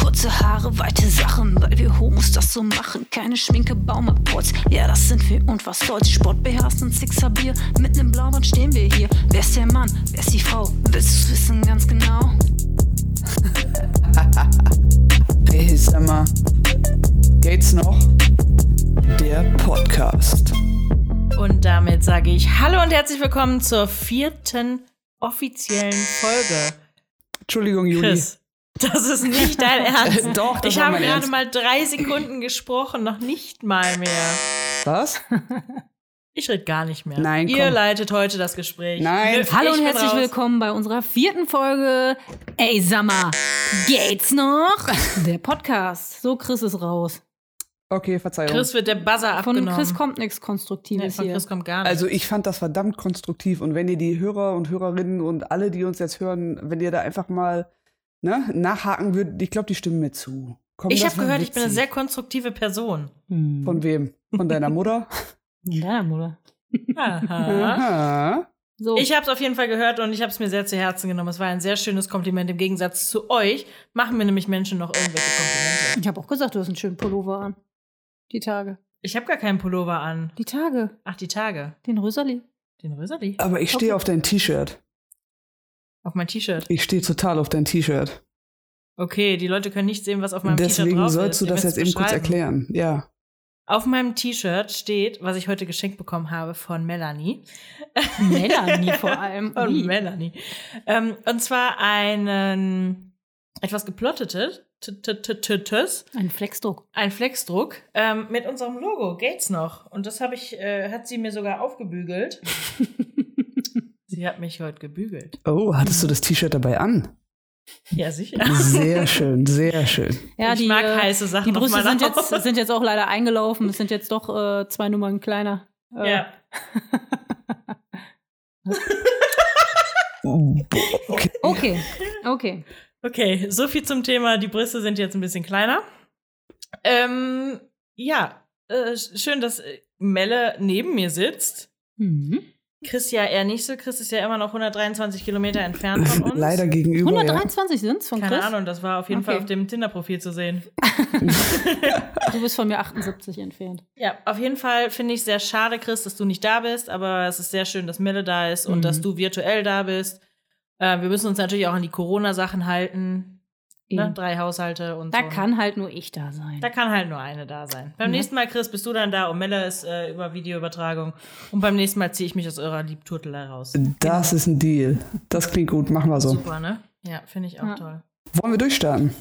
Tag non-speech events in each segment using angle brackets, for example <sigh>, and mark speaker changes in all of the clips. Speaker 1: kurze Haare, weite Sachen, weil wir Homos das so machen. Keine Schminke, Baumaports, ja, das sind wir und was soll's. Sport beherrscht und Sixer Bier, mit nem Blaumann stehen wir hier. Wer ist der Mann, wer ist die Frau? Willst du's wissen ganz genau?
Speaker 2: Hey, sag mal, geht's noch? Der Podcast.
Speaker 3: Und damit sage ich Hallo und herzlich willkommen zur vierten offiziellen Folge.
Speaker 2: Entschuldigung, Juli. Äh,
Speaker 3: Chris, das ist
Speaker 2: <laughs>
Speaker 3: nicht dein Ernst.
Speaker 2: Doch, das
Speaker 3: ich
Speaker 2: war
Speaker 3: habe
Speaker 2: mein
Speaker 3: gerade
Speaker 2: Ernst.
Speaker 3: mal drei Sekunden gesprochen, noch nicht mal mehr.
Speaker 2: Was?
Speaker 3: Ich rede gar nicht mehr.
Speaker 2: Nein,
Speaker 3: Ihr
Speaker 2: komm.
Speaker 3: leitet heute das Gespräch.
Speaker 2: Nein.
Speaker 3: Ich
Speaker 1: Hallo und
Speaker 3: bin
Speaker 1: herzlich
Speaker 3: raus.
Speaker 1: willkommen bei unserer vierten Folge. Ey, Sammer, geht's <laughs> noch? Der Podcast. So, Chris ist raus.
Speaker 2: Okay, Verzeihung.
Speaker 3: Chris wird der Buzzer
Speaker 1: Von
Speaker 3: abgenommen.
Speaker 1: Chris kommt nichts
Speaker 3: nee,
Speaker 1: Konstruktives
Speaker 3: von
Speaker 1: hier.
Speaker 3: Chris kommt gar nichts.
Speaker 2: Also ich fand das verdammt konstruktiv und wenn ihr die Hörer und Hörerinnen und alle, die uns jetzt hören, wenn ihr da einfach mal ne, nachhaken würdet, ich glaube, die stimmen mir zu. Komm,
Speaker 3: ich
Speaker 2: das
Speaker 3: habe
Speaker 2: war
Speaker 3: gehört, ich bin eine
Speaker 2: witzig.
Speaker 3: sehr
Speaker 1: <laughs>
Speaker 3: konstruktive Person.
Speaker 1: Hm.
Speaker 2: Von wem? Von deiner
Speaker 3: <laughs>
Speaker 2: Mutter?
Speaker 1: Ja, Bruder.
Speaker 3: Aha.
Speaker 2: Aha.
Speaker 1: So,
Speaker 3: Ich habe es auf jeden Fall gehört und ich habe es mir sehr zu Herzen genommen. Es war ein sehr schönes Kompliment. Im Gegensatz zu euch machen mir nämlich Menschen noch irgendwelche Komplimente.
Speaker 1: ich habe auch gesagt, du hast einen schönen Pullover an. Die Tage.
Speaker 3: Ich habe gar keinen Pullover an.
Speaker 1: Die Tage.
Speaker 3: Ach, die Tage.
Speaker 1: Den Rösali.
Speaker 3: Den Röseli.
Speaker 2: Aber ich stehe auf dein T-Shirt.
Speaker 3: Auf mein T-Shirt.
Speaker 2: Ich stehe total auf dein T-Shirt.
Speaker 3: Okay, die Leute können nicht sehen, was auf meinem
Speaker 2: Und
Speaker 3: T-Shirt
Speaker 2: deswegen
Speaker 3: drauf
Speaker 2: sollst
Speaker 3: ist.
Speaker 2: du
Speaker 3: Ihr
Speaker 2: das
Speaker 3: müsst
Speaker 2: jetzt eben kurz
Speaker 3: beschreiben.
Speaker 2: erklären. Ja.
Speaker 3: Auf meinem T-Shirt steht, was ich heute geschenkt bekommen habe von Melanie.
Speaker 1: Melanie vor allem.
Speaker 3: Von
Speaker 1: Ui.
Speaker 3: Melanie. Ähm, und zwar einen etwas geplottetes, t- t- t- t- tes,
Speaker 1: Ein Flexdruck.
Speaker 3: ein Flexdruck ähm, mit unserem Logo geht's noch und das habe ich äh, hat sie mir
Speaker 1: <laughs>
Speaker 3: sogar aufgebügelt. sie hat mich heute gebügelt.
Speaker 2: Oh, hattest du das T-Shirt dabei an?
Speaker 3: Ja sicher. <laughs>
Speaker 2: Sehr schön, sehr schön.
Speaker 1: Ja,
Speaker 3: ich
Speaker 1: die,
Speaker 3: mag
Speaker 1: äh,
Speaker 3: heiße Sachen.
Speaker 1: Die Brüste
Speaker 3: auf meiner
Speaker 1: sind jetzt,
Speaker 3: Haut.
Speaker 1: sind jetzt auch leider eingelaufen. Es sind jetzt doch äh, zwei Nummern kleiner. Äh,
Speaker 3: ja.
Speaker 2: Oh, boah, okay.
Speaker 1: Okay, okay.
Speaker 3: Okay, so viel zum Thema. Die Brüste sind jetzt ein bisschen kleiner. Ähm, ja, äh, sch- schön, dass äh, Melle neben mir sitzt.
Speaker 1: Mhm.
Speaker 3: Chris ja eher nicht so. Chris ist ja immer noch 123 Kilometer entfernt
Speaker 2: <laughs>
Speaker 3: von uns.
Speaker 2: Leider
Speaker 1: äh,
Speaker 2: gegenüber.
Speaker 1: 123 sind es von
Speaker 3: Keine
Speaker 1: Chris.
Speaker 3: Ahnung, das war auf jeden
Speaker 1: Okay.
Speaker 3: Fall auf dem Tinder-Profil zu sehen.
Speaker 1: Du bist von mir 78 entfernt.
Speaker 3: Ja, auf jeden Fall finde ich sehr schade, Chris, dass du nicht da bist, aber es ist sehr schön, dass Mille da ist und
Speaker 1: Mhm.
Speaker 3: dass du virtuell da bist. Äh, wir müssen uns natürlich auch an die Corona-Sachen halten. Ne?
Speaker 1: Eben.
Speaker 3: Drei Haushalte und
Speaker 1: Da
Speaker 3: so.
Speaker 1: kann halt nur ich da sein.
Speaker 3: da kann halt nur eine da sein. Beim
Speaker 1: Mhm.
Speaker 3: nächsten Mal, Chris, bist du dann da und Mille ist äh, über Videoübertragung. Und beim nächsten Mal ziehe ich mich aus eurer Liebturtelei raus.
Speaker 2: ja. Das ist ein Deal. Das klingt gut, machen wir so.
Speaker 3: Super, ne? Ja, finde ich auch
Speaker 1: Ja.
Speaker 3: toll.
Speaker 2: Wollen wir durchstarten?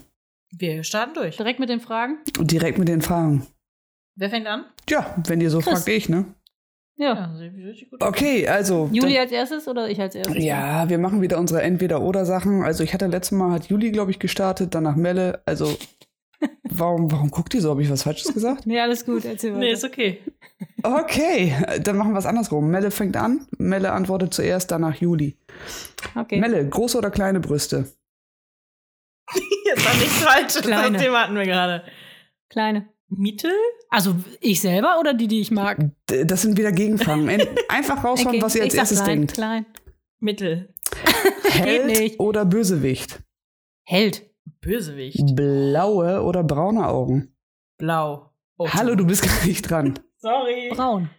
Speaker 3: Wir starten durch.
Speaker 1: Direkt mit den Fragen?
Speaker 2: Und direkt mit den Fragen.
Speaker 3: Wer fängt an?
Speaker 2: Tja, wenn ihr so
Speaker 1: Chris.
Speaker 2: fragt, ich, ne?
Speaker 1: Ja.
Speaker 3: Ja, sieht richtig gut aus.
Speaker 2: Okay, also.
Speaker 1: Juli als erstes oder ich als
Speaker 2: dann-
Speaker 1: erstes?
Speaker 2: ja, wir machen wieder unsere Entweder-Oder-Sachen. Also ich hatte letztes Mal, hat Juli, glaube ich, gestartet, danach Melle. Also, warum, warum guckt ihr so? Habe ich was Falsches gesagt?
Speaker 1: Nee, alles gut, erzähl weiter.
Speaker 3: Nee, ist okay. <laughs>
Speaker 2: Okay, dann machen wir es andersrum. Melle fängt an, Melle antwortet zuerst, danach Juli.
Speaker 1: okay.
Speaker 2: Melle, große oder kleine Brüste?
Speaker 3: Jetzt war nichts falsch.
Speaker 1: Kleine.
Speaker 3: Das Thema hatten wir gerade.
Speaker 1: Kleine.
Speaker 3: Mittel?
Speaker 1: Also ich selber oder die, die ich mag?
Speaker 2: D- Das sind wieder Gegenfragen. Ent- Einfach raushauen, was ihr als
Speaker 1: ich sag
Speaker 2: erstes
Speaker 1: klein,
Speaker 2: denkt.
Speaker 1: Klein.
Speaker 3: Mittel.
Speaker 2: Held
Speaker 1: nicht.
Speaker 2: oder Bösewicht?
Speaker 1: Held.
Speaker 3: Bösewicht.
Speaker 2: Blaue oder braune Augen?
Speaker 3: Blau. Oh,
Speaker 2: Hallo, du bist <laughs> gar nicht dran.
Speaker 3: Sorry.
Speaker 1: Braun.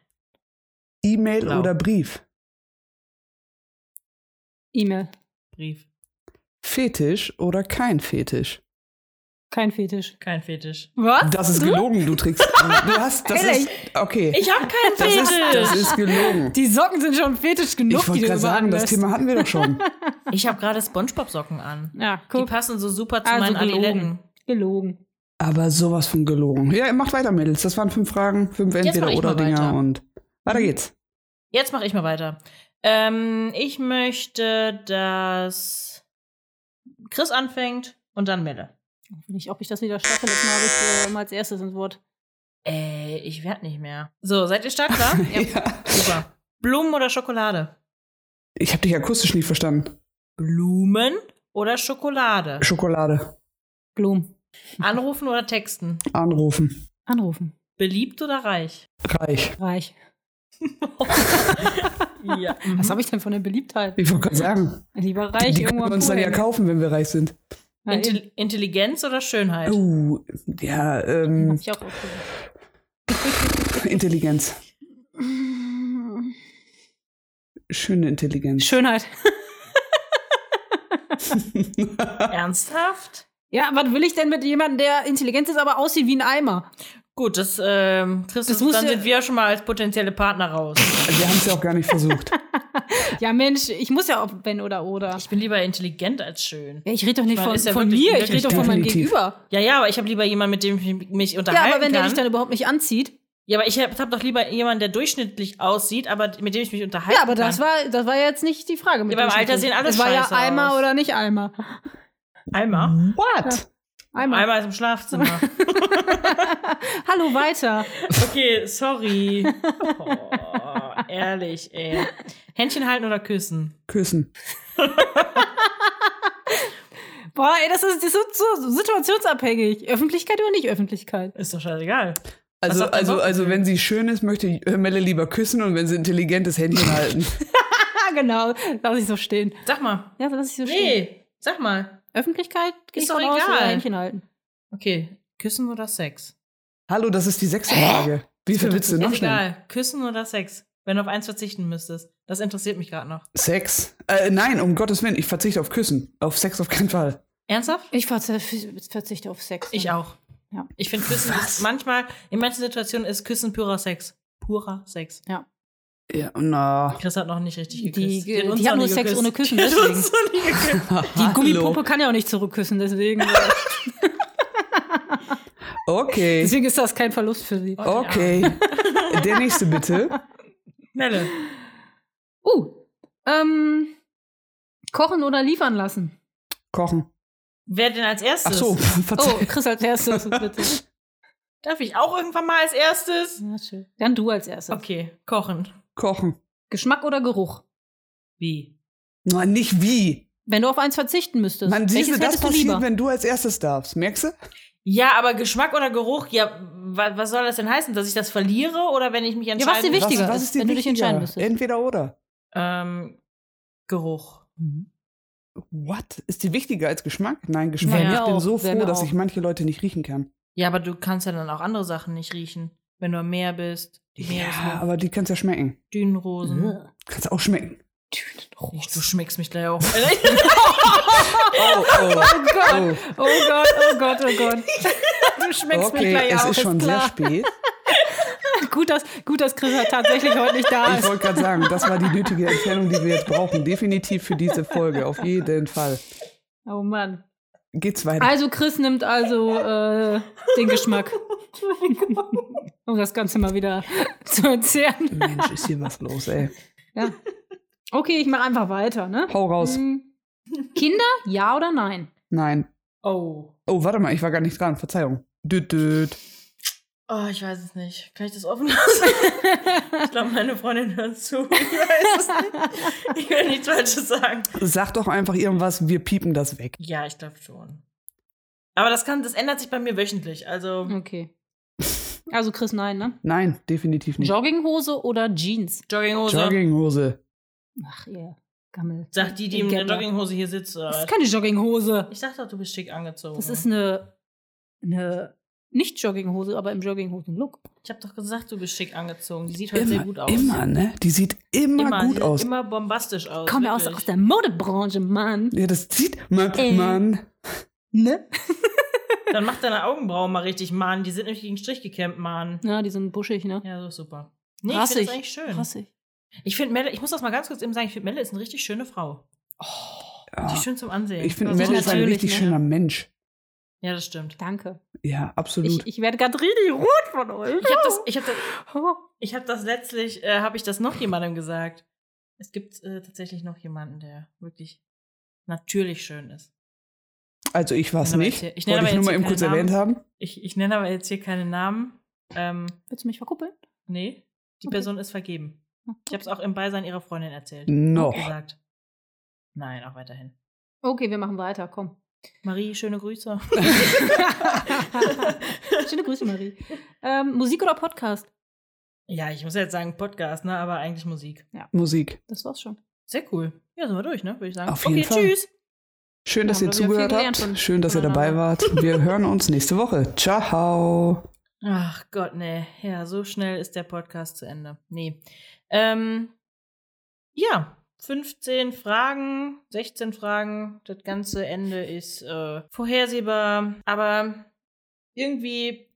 Speaker 2: E-Mail
Speaker 3: Blau.
Speaker 2: oder Brief?
Speaker 1: E-Mail.
Speaker 3: Brief.
Speaker 2: Fetisch oder kein Fetisch?
Speaker 1: Kein Fetisch.
Speaker 3: Kein Fetisch.
Speaker 1: Was?
Speaker 2: Das ist gelogen, du Tricks. Du hast, das ist,
Speaker 1: Ehrlich?
Speaker 2: okay.
Speaker 3: Ich habe <laughs> keinen
Speaker 2: Das ist, das
Speaker 3: Fetisch.
Speaker 2: ist gelogen.
Speaker 1: Die Socken sind schon fetisch genug,
Speaker 2: Ich wollte
Speaker 1: die du
Speaker 2: gerade sagen, das
Speaker 1: überanlässt.
Speaker 2: Thema hatten wir doch schon.
Speaker 3: Ich habe gerade SpongeBob-Socken an.
Speaker 1: Ja,
Speaker 3: Die
Speaker 1: guck.
Speaker 3: passen Ah, so super zu
Speaker 1: Also
Speaker 3: meinen
Speaker 1: gelogen.
Speaker 3: Adiletten.
Speaker 1: Gelogen.
Speaker 2: Aber sowas von gelogen. Ja, macht weiter, Mädels. Das waren fünf Fragen, fünf
Speaker 3: Jetzt mach ich mal
Speaker 2: Entweder-Oder-Dinger
Speaker 3: weiter.
Speaker 2: und weiter geht's.
Speaker 3: Jetzt mache ich mal weiter. Ähm, ich möchte, dass Chris anfängt und dann Melle.
Speaker 1: Nicht, ob ich das wieder schaffe, letztes Mal habe ich äh, mal als erstes ins Wort.
Speaker 3: Äh, ich werd nicht mehr. So, seid ihr <laughs> startklar?
Speaker 2: Ja.
Speaker 3: Super. Blumen oder Schokolade?
Speaker 2: <laughs> Ich habe dich akustisch nicht verstanden.
Speaker 3: Blumen oder Schokolade?
Speaker 2: Schokolade.
Speaker 1: Blumen.
Speaker 3: Anrufen oder texten?
Speaker 2: Anrufen.
Speaker 1: Anrufen.
Speaker 3: Beliebt oder reich?
Speaker 2: Reich. <laughs>
Speaker 1: Reich.
Speaker 3: Ja.
Speaker 1: Was habe ich denn von der Beliebtheit?
Speaker 2: Ich wollte gerade sagen,
Speaker 1: Lieber reich
Speaker 2: die
Speaker 1: irgendwo
Speaker 2: können wir
Speaker 1: am
Speaker 2: uns
Speaker 1: Pool
Speaker 2: dann ja
Speaker 1: hängen.
Speaker 2: kaufen, wenn wir reich sind.
Speaker 1: Ja,
Speaker 3: Intel- Intelligenz oder Schönheit?
Speaker 2: Oh, ja,
Speaker 1: Hab
Speaker 2: ähm,
Speaker 1: ich auch aufgeschrieben.
Speaker 2: Intelligenz.
Speaker 4: Mm,
Speaker 2: Schöne Intelligenz.
Speaker 1: Schönheit.
Speaker 3: Ernsthaft?
Speaker 1: Ja, was will ich denn mit jemandem, der intelligent ist, aber aussieht wie ein Eimer?
Speaker 3: Gut, das, ähm, Chris,
Speaker 1: Das
Speaker 3: das
Speaker 1: muss
Speaker 3: dann
Speaker 1: ja-
Speaker 3: sind wir ja schon mal als potenzielle Partner raus.
Speaker 2: Also Wir haben es ja auch gar nicht versucht.
Speaker 1: Ja, Mensch, ich muss ja auch wenn oder oder.
Speaker 3: Ich bin lieber intelligent als schön.
Speaker 1: Ja, ich rede doch nicht
Speaker 3: Man
Speaker 1: von,
Speaker 3: ist ja
Speaker 1: von
Speaker 3: wirklich-
Speaker 1: mir, ich rede doch von meinem
Speaker 2: Definitiv.
Speaker 1: Gegenüber.
Speaker 3: Ja, ja, aber ich habe lieber jemanden, mit dem ich mich
Speaker 1: Ja,
Speaker 3: unterhalten
Speaker 1: aber wenn der
Speaker 3: kann.
Speaker 1: dich dann überhaupt nicht anzieht.
Speaker 3: ja, aber ich habe hab doch lieber jemanden, der durchschnittlich aussieht, aber mit dem ich mich unterhalten
Speaker 1: Ja, aber das
Speaker 3: kann.
Speaker 1: war, das war jetzt nicht die Frage. Mit
Speaker 3: Halt Ja, beim
Speaker 1: dem
Speaker 3: Alter
Speaker 1: Schnitt.
Speaker 3: sehen alles
Speaker 1: Es war ja
Speaker 3: scheiße
Speaker 1: Eimer
Speaker 3: aus.
Speaker 1: oder nicht Eimer.
Speaker 2: <laughs>
Speaker 3: Eimer.
Speaker 1: Mhm.
Speaker 2: What?
Speaker 1: Eimer.
Speaker 3: Eimer ist
Speaker 1: <laughs>
Speaker 3: im Schlafzimmer.
Speaker 1: Hallo,
Speaker 3: <laughs>
Speaker 1: weiter.
Speaker 3: Okay, sorry. Oh, ehrlich, ey. Händchen halten oder küssen?
Speaker 2: Küssen.
Speaker 1: Boah, ey, das ist, das ist so situationsabhängig. Öffentlichkeit oder nicht Öffentlichkeit?
Speaker 3: Ist doch scheißegal.
Speaker 2: Also,
Speaker 3: sagt der
Speaker 2: also,
Speaker 3: Bob?
Speaker 2: also, wenn sie schön ist, möchte äh, Melle lieber küssen und wenn sie intelligentes <laughs> Händchen halten.
Speaker 1: Ah, genau. Lass ich so stehen.
Speaker 3: Sag mal.
Speaker 1: Ja, lass ich so stehen.
Speaker 3: Nee, sag mal.
Speaker 1: Öffentlichkeit geh
Speaker 3: Ist
Speaker 1: ich von
Speaker 3: doch
Speaker 1: aus,
Speaker 3: egal.
Speaker 1: oder Händchen halten.
Speaker 3: Okay, küssen oder Sex?
Speaker 2: Hallo, das ist die sechste Frage. Wie viel willst du noch
Speaker 3: ist
Speaker 2: schnell?
Speaker 3: egal. Küssen oder Sex? Wenn du auf eins verzichten müsstest. Das interessiert mich gerade noch.
Speaker 2: Sex? Äh, nein, um Gottes Willen, ich verzichte auf Küssen. Auf Sex auf keinen Fall.
Speaker 3: Ernsthaft?
Speaker 1: Ich verze- verzichte auf Sex.
Speaker 3: Ich auch.
Speaker 1: Ja.
Speaker 3: Ich finde Küssen ist manchmal, in manchen Situationen ist Küssen purer Sex. Purer Sex.
Speaker 2: Ja, na.
Speaker 3: Chris hat noch nicht richtig
Speaker 1: Die-
Speaker 3: geküsst.
Speaker 1: die-
Speaker 3: hat uns
Speaker 1: die hat
Speaker 3: noch
Speaker 1: nur
Speaker 3: nie
Speaker 1: Sex ohne Küssen,
Speaker 3: Die hat
Speaker 1: deswegen.
Speaker 3: uns noch
Speaker 2: <laughs>
Speaker 3: nie
Speaker 1: <laughs>
Speaker 3: geküsst.
Speaker 1: Die Gummipuppe kann ja auch nicht zurückküssen, deswegen, äh,
Speaker 3: <laughs>
Speaker 2: Okay.
Speaker 1: deswegen ist das kein Verlust für sie.
Speaker 2: Okay. Der nächste bitte.
Speaker 3: Nelle.
Speaker 1: Uh, ähm, kochen oder liefern
Speaker 3: <laughs>
Speaker 1: lassen?
Speaker 2: Kochen.
Speaker 3: Wer denn als erstes?
Speaker 2: Ach so,
Speaker 1: Oh,
Speaker 2: <laughs> verzeih.
Speaker 1: Chris als erstes, bitte.
Speaker 3: Darf ich auch irgendwann mal als erstes?
Speaker 1: Ja, schön. Dann du als erstes.
Speaker 3: Okay, kochen.
Speaker 1: Oh.
Speaker 2: Kochen.
Speaker 1: Geschmack oder Geruch?
Speaker 3: Wie?
Speaker 2: Na, nicht wie.
Speaker 1: Wenn du auf eins verzichten müsstest,
Speaker 2: Man sieht,
Speaker 1: welches
Speaker 2: das
Speaker 1: hättest du
Speaker 2: passiert,
Speaker 1: lieber?
Speaker 2: wenn du als erstes darfst. Merkst du?
Speaker 3: Ja, aber Geschmack oder Geruch, ja, wa was soll das denn heißen? Dass ich das verliere oder wenn ich mich
Speaker 1: dir
Speaker 3: entscheide?
Speaker 1: wichtig? Wichtiger
Speaker 2: was, was
Speaker 1: ist,
Speaker 2: ist dir
Speaker 1: wenn du dich
Speaker 2: wichtiger?
Speaker 1: entscheiden müsstest.
Speaker 2: Entweder oder.
Speaker 3: Ähm, Geruch.
Speaker 1: Mhm.
Speaker 2: What? Ist die wichtiger als Geschmack? Nein, Geschmack.
Speaker 3: Wäre mir
Speaker 2: ich bin
Speaker 1: auch,
Speaker 2: so
Speaker 1: wäre
Speaker 2: froh,
Speaker 1: mir
Speaker 2: dass
Speaker 1: auch.
Speaker 2: ich manche Leute nicht riechen kann.
Speaker 3: Ja, aber du kannst ja dann auch andere Sachen nicht riechen. Wenn du am Meer bist, die
Speaker 2: Ja,
Speaker 3: Meeresluft,
Speaker 2: aber die kannst ja schmecken.
Speaker 3: Dünenrosen.
Speaker 2: Kannst auch schmecken.
Speaker 3: Ich, du schmeckst
Speaker 2: <laughs>
Speaker 3: mich gleich auch. <laughs>
Speaker 1: <laughs>
Speaker 2: Oh, oh, oh.
Speaker 1: Oh Gott, oh Gott, oh Gott. Du schmeckst mich
Speaker 2: Okay,
Speaker 1: gleich
Speaker 2: es
Speaker 1: aus.
Speaker 2: ist schon sehr
Speaker 1: klar.
Speaker 2: spät.
Speaker 1: <laughs> Gut, dass, gut, dass Chris tatsächlich heute nicht da
Speaker 2: Ich
Speaker 1: ist.
Speaker 2: wollte gerade sagen, das war die nötige Entfernung, die wir jetzt brauchen. Definitiv für diese Folge, auf jeden Fall.
Speaker 1: <laughs> Oh Mann.
Speaker 2: Geht's weiter.
Speaker 1: Also Chris nimmt also äh, den <laughs> Geschmack. um das Ganze mal wieder <laughs> zu entzerren.
Speaker 2: Mensch, ist hier was los, ey.
Speaker 1: Okay, ich mache einfach weiter, ne?
Speaker 2: Hau raus.
Speaker 1: Hm. Kinder, ja oder nein?
Speaker 2: Nein.
Speaker 3: oh.
Speaker 2: Oh, warte mal, ich war gar nicht dran. Verzeihung. Düt, düt.
Speaker 3: Oh, ich weiß es nicht. Kann ich das offen <laughs> lassen? ich glaube, meine Freundin hört zu. Ich weiß es nicht. Ich will nichts Falsches sagen.
Speaker 2: Sag doch einfach irgendwas, wir piepen das weg.
Speaker 3: Ja, ich glaube schon. Aber das kann, das ändert sich bei mir wöchentlich. Also
Speaker 1: Okay. Also Chris, nein, ne?
Speaker 2: Nein, definitiv nicht.
Speaker 1: Jogginghose oder Jeans?
Speaker 3: Jogginghose.
Speaker 2: Jogginghose.
Speaker 1: Ach, ihr Gammel.
Speaker 3: Sag die, die
Speaker 1: Ihr
Speaker 3: in der
Speaker 1: Gabber.
Speaker 3: Jogginghose hier sitzt.
Speaker 1: Das
Speaker 3: Äh,
Speaker 1: ist keine Jogginghose.
Speaker 3: ich sag doch, du bist schick angezogen.
Speaker 1: Das ist eine, eine nicht Jogginghose, aber im Jogginghosen-Look.
Speaker 3: ich habe doch gesagt, du bist schick angezogen. Die sieht heute sehr gut
Speaker 2: Immer,
Speaker 3: aus.
Speaker 2: immer, ne? Die sieht immer,
Speaker 3: die
Speaker 2: gut
Speaker 3: sieht
Speaker 2: aus.
Speaker 3: Immer bombastisch aus.
Speaker 1: Komm ja aus,
Speaker 3: wirklich.
Speaker 1: aus der Modebranche, Mann.
Speaker 2: Ja, das sieht man,
Speaker 1: Äh.
Speaker 2: man.
Speaker 1: Ne?
Speaker 3: Dann mach deine Augenbrauen mal richtig, Mann. Die sind nämlich gegen Strich gekämmt, Mann.
Speaker 1: Ja, die sind buschig, ne?
Speaker 3: Ja, so ist super. Nee, ich
Speaker 1: Rassig.
Speaker 3: finde das eigentlich schön.
Speaker 1: Rassig.
Speaker 3: Ich finde Melle, ich muss das mal ganz kurz eben sagen, ich finde Melle ist eine richtig schöne Frau. Die
Speaker 2: Ja.
Speaker 3: ist schön zum Ansehen.
Speaker 2: Ich finde,
Speaker 1: Also
Speaker 2: Mel ist ein
Speaker 1: natürlich,
Speaker 2: richtig
Speaker 1: ne?
Speaker 2: schöner Mensch.
Speaker 3: Ja, das stimmt.
Speaker 1: Danke.
Speaker 2: Ja,
Speaker 1: Ich,
Speaker 2: absolut.
Speaker 1: ich werde gerade richtig rot von euch.
Speaker 3: Ich habe das, ich hab das,
Speaker 1: <laughs> Oh.
Speaker 3: ich hab das letztlich, äh, habe ich das noch jemandem gesagt. Es gibt äh, tatsächlich noch jemanden, der wirklich natürlich schön ist.
Speaker 2: also ich war's
Speaker 3: Ich
Speaker 2: nicht.
Speaker 3: nenne aber jetzt hier- ich nenne
Speaker 2: Wollte ich
Speaker 3: aber
Speaker 2: nur mal
Speaker 3: jetzt
Speaker 2: eben
Speaker 3: hier
Speaker 2: kurz
Speaker 3: keinen
Speaker 2: erwähnt haben.
Speaker 3: Ich, ich nenne aber jetzt hier keine Namen. Ähm,
Speaker 1: Willst du mich verkuppeln?
Speaker 3: nee, die
Speaker 1: Okay.
Speaker 3: Person ist vergeben. Ich habe es auch im Beisein ihrer Freundin erzählt.
Speaker 2: Noch.
Speaker 3: Auch gesagt. Nein, auch weiterhin.
Speaker 1: Okay, wir machen weiter, komm. <laughs>
Speaker 3: Marie, schöne
Speaker 2: <laughs>
Speaker 3: Grüße.
Speaker 1: Schöne Grüße, Marie. Ähm, Musik oder Podcast?
Speaker 3: ja, ich muss jetzt sagen Podcast, ne, aber eigentlich Musik.
Speaker 2: Musik.
Speaker 1: Das war's schon.
Speaker 3: Sehr cool. Ja, sind wir durch, ne, würde ich sagen.
Speaker 2: Auf
Speaker 3: okay,
Speaker 2: jeden Fall.
Speaker 3: tschüss.
Speaker 2: Schön, dass
Speaker 4: Haben wir
Speaker 2: ihr
Speaker 4: wieder
Speaker 2: zugehört
Speaker 4: viel gelernt
Speaker 2: habt.
Speaker 4: von-
Speaker 2: Schön, dass ihr dabei wart. Wir hören uns nächste Woche. Ciao.
Speaker 3: Ach Gott, nee. Ja, so schnell ist der Podcast zu Ende. Nee. Ähm, ja, 15 Fragen, 16 Fragen. Das ganze Ende ist äh, vorhersehbar. Aber irgendwie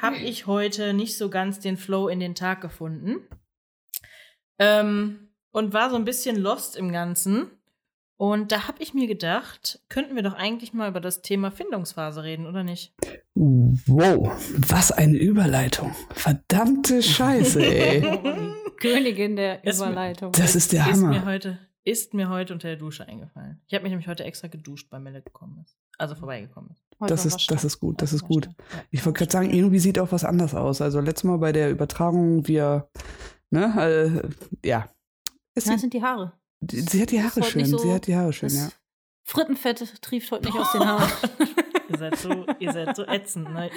Speaker 3: habe ich heute nicht so ganz den Flow in den Tag gefunden. Ähm, und war so ein bisschen lost im Ganzen. Und da habe ich mir gedacht, könnten wir doch eigentlich mal über das Thema Findungsphase reden, oder nicht?
Speaker 2: Wow, was eine Überleitung. Verdammte Scheiße, ey.
Speaker 1: Oh, Königin der
Speaker 3: Es-
Speaker 1: Überleitung.
Speaker 2: Das ist der
Speaker 3: Ist mir
Speaker 2: Hammer.
Speaker 3: heute, ist mir heute unter der Dusche eingefallen. Ich habe mich nämlich heute extra geduscht, weil Melle gekommen ist. Also vorbeigekommen ist.
Speaker 1: Heute
Speaker 2: Das
Speaker 1: war
Speaker 2: ist, das
Speaker 1: Waschgang.
Speaker 2: ist gut, das
Speaker 3: Also
Speaker 2: ist gut.
Speaker 3: Ja.
Speaker 2: Ich wollte gerade sagen, irgendwie sieht auch was anders aus. Also letztes Mal bei der Übertragung, wir, ne, äh, ja. Es
Speaker 1: Nein,
Speaker 2: sieht,
Speaker 1: das sind die Haare.
Speaker 2: die- sie hat die Haare
Speaker 1: heute
Speaker 2: schön,
Speaker 1: nicht so-
Speaker 2: sie hat die Haare schön,
Speaker 1: Das
Speaker 2: ja.
Speaker 1: Frittenfett trieft heute nicht aus den Haaren.
Speaker 3: Ihr seid so, ihr seid so ätzend. Ne?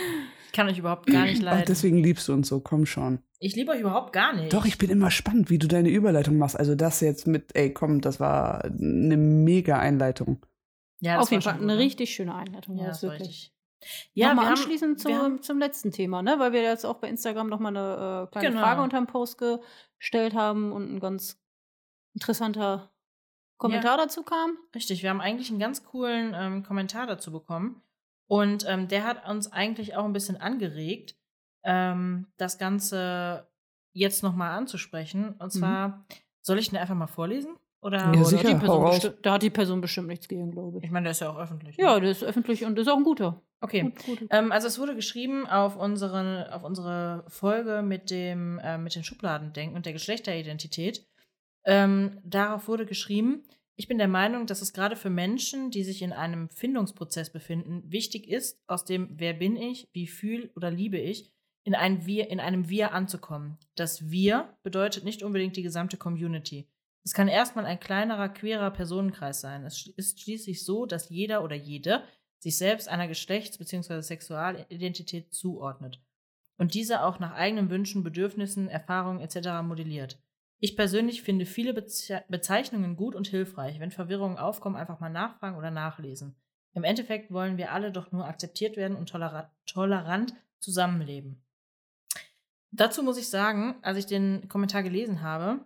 Speaker 3: Ich kann euch überhaupt gar nicht
Speaker 2: Ach,
Speaker 3: leiden.
Speaker 2: deswegen liebst du uns so, komm schon.
Speaker 3: ich liebe euch überhaupt gar nicht.
Speaker 2: Doch, ich bin immer spannend, wie du deine Überleitung machst. Also das jetzt mit, ey, komm, das war eine mega Einleitung.
Speaker 3: ja, das
Speaker 1: Auf jeden
Speaker 3: war
Speaker 1: Fall
Speaker 3: schon
Speaker 1: eine
Speaker 3: gut, ne?
Speaker 1: richtig schöne Einleitung.
Speaker 3: Ja,
Speaker 1: war
Speaker 3: das
Speaker 1: das
Speaker 3: war
Speaker 1: wirklich.
Speaker 3: richtig. Ja, wir
Speaker 1: nochmal
Speaker 3: haben,
Speaker 1: anschließend
Speaker 3: wir haben-
Speaker 1: zum, zum letzten Thema, ne? weil wir jetzt auch bei Instagram nochmal eine äh, kleine
Speaker 3: Genau.
Speaker 1: Frage unter dem Post gestellt haben und ein ganz interessanter Kommentar dazu kam.
Speaker 3: Richtig, wir haben eigentlich einen ganz coolen ähm, Kommentar dazu bekommen. Und ähm, der hat uns eigentlich auch ein bisschen angeregt, ähm, das Ganze jetzt nochmal anzusprechen. Und zwar, soll ich den einfach mal vorlesen? Oder
Speaker 2: Ja,
Speaker 1: da,
Speaker 2: sicher,
Speaker 1: hat die
Speaker 2: hau
Speaker 1: Person
Speaker 2: raus.
Speaker 1: besti- da hat die Person bestimmt nichts gegen, glaube ich.
Speaker 3: ich meine, der ist ja auch öffentlich. ne?
Speaker 1: Ja, der ist öffentlich und ist auch ein guter.
Speaker 3: okay.
Speaker 1: Gut, gut.
Speaker 3: Ähm, also es wurde geschrieben auf, unseren, auf unsere Folge mit dem, äh, mit dem Schubladendenken und der Geschlechteridentität. Ähm, darauf wurde geschrieben, ich bin der Meinung, dass es gerade für Menschen, die sich in einem Findungsprozess befinden, wichtig ist, aus dem Wer bin ich, wie fühl oder liebe ich, in, ein wir, in einem Wir anzukommen. Das Wir bedeutet nicht unbedingt die gesamte Community. Es kann erstmal ein kleinerer, queerer Personenkreis sein. Es sch- ist schließlich so, dass jeder oder jede sich selbst einer Geschlechts- bzw. Sexualidentität zuordnet und diese auch nach eigenen Wünschen, Bedürfnissen, Erfahrungen etc. modelliert. Ich persönlich finde viele Beze Bezeichnungen gut und hilfreich. Wenn Verwirrungen aufkommen, einfach mal nachfragen oder nachlesen. Im Endeffekt wollen wir alle doch nur akzeptiert werden und tolera tolerant zusammenleben. Dazu muss ich sagen, als ich den Kommentar gelesen habe,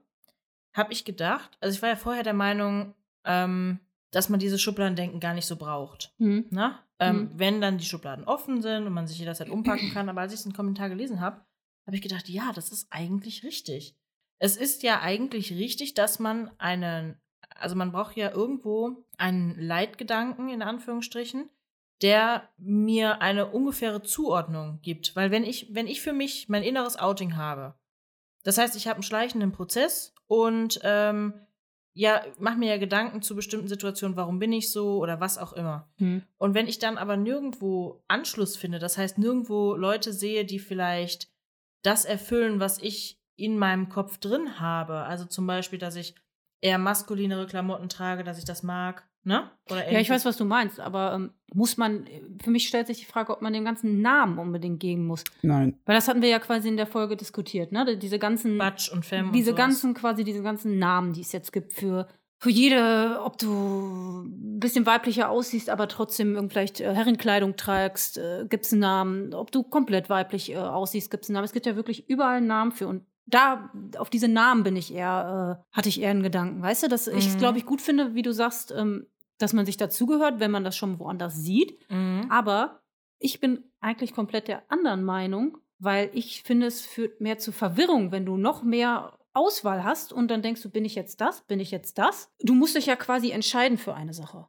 Speaker 3: habe ich gedacht, also ich war ja vorher der Meinung, ähm, dass man dieses Schubladendenken gar nicht so braucht.
Speaker 1: Hm.
Speaker 3: Ne? Ähm,
Speaker 1: Mhm.
Speaker 3: Wenn dann die Schubladen offen sind und man sich jederzeit umpacken kann. Aber als ich den Kommentar gelesen habe, habe ich gedacht, ja, das ist eigentlich richtig. Es ist ja eigentlich richtig, dass man einen, also man braucht ja irgendwo einen Leitgedanken in Anführungsstrichen, der mir eine ungefähre Zuordnung gibt. Weil wenn ich, wenn ich für mich mein inneres Outing habe, das heißt, ich habe einen schleichenden Prozess und ähm, ja, mache mir ja Gedanken zu bestimmten Situationen, warum bin ich so oder was auch immer.
Speaker 1: Hm.
Speaker 3: Und wenn ich dann aber nirgendwo Anschluss finde, das heißt nirgendwo Leute sehe, die vielleicht das erfüllen, was ich in meinem Kopf drin habe, also zum Beispiel, dass ich eher maskulinere Klamotten trage, dass ich das mag, ne? Oder
Speaker 1: Ja, ich
Speaker 3: ähnliches.
Speaker 1: weiß, was du meinst, aber ähm, muss man, für mich stellt sich die Frage, ob man dem ganzen Namen unbedingt geben muss.
Speaker 2: Nein.
Speaker 1: Weil das hatten wir ja quasi in der Folge diskutiert, ne? Diese ganzen
Speaker 3: Batsch und Femme und
Speaker 1: diese
Speaker 3: sowas.
Speaker 1: ganzen quasi diese ganzen Namen, die es jetzt gibt für für jede, ob du ein bisschen weiblicher aussiehst, aber trotzdem irgend- vielleicht äh, Herrenkleidung tragst, äh, gibt es einen Namen. Ob du komplett weiblich äh, aussiehst, gibt es einen Namen. Es gibt ja wirklich überall einen Namen für. Und da, auf diese Namen bin ich eher, äh, hatte ich eher einen Gedanken. Weißt du, dass ich es,
Speaker 3: Mhm.
Speaker 1: glaube ich, gut finde, wie du sagst, ähm, dass man sich dazugehört, wenn man das schon woanders sieht.
Speaker 3: Mhm.
Speaker 1: Aber ich bin eigentlich komplett der anderen Meinung, weil ich finde, es führt mehr zu Verwirrung, wenn du noch mehr Auswahl hast und dann denkst du, bin ich jetzt das, bin ich jetzt das? Du musst dich ja quasi entscheiden für eine Sache.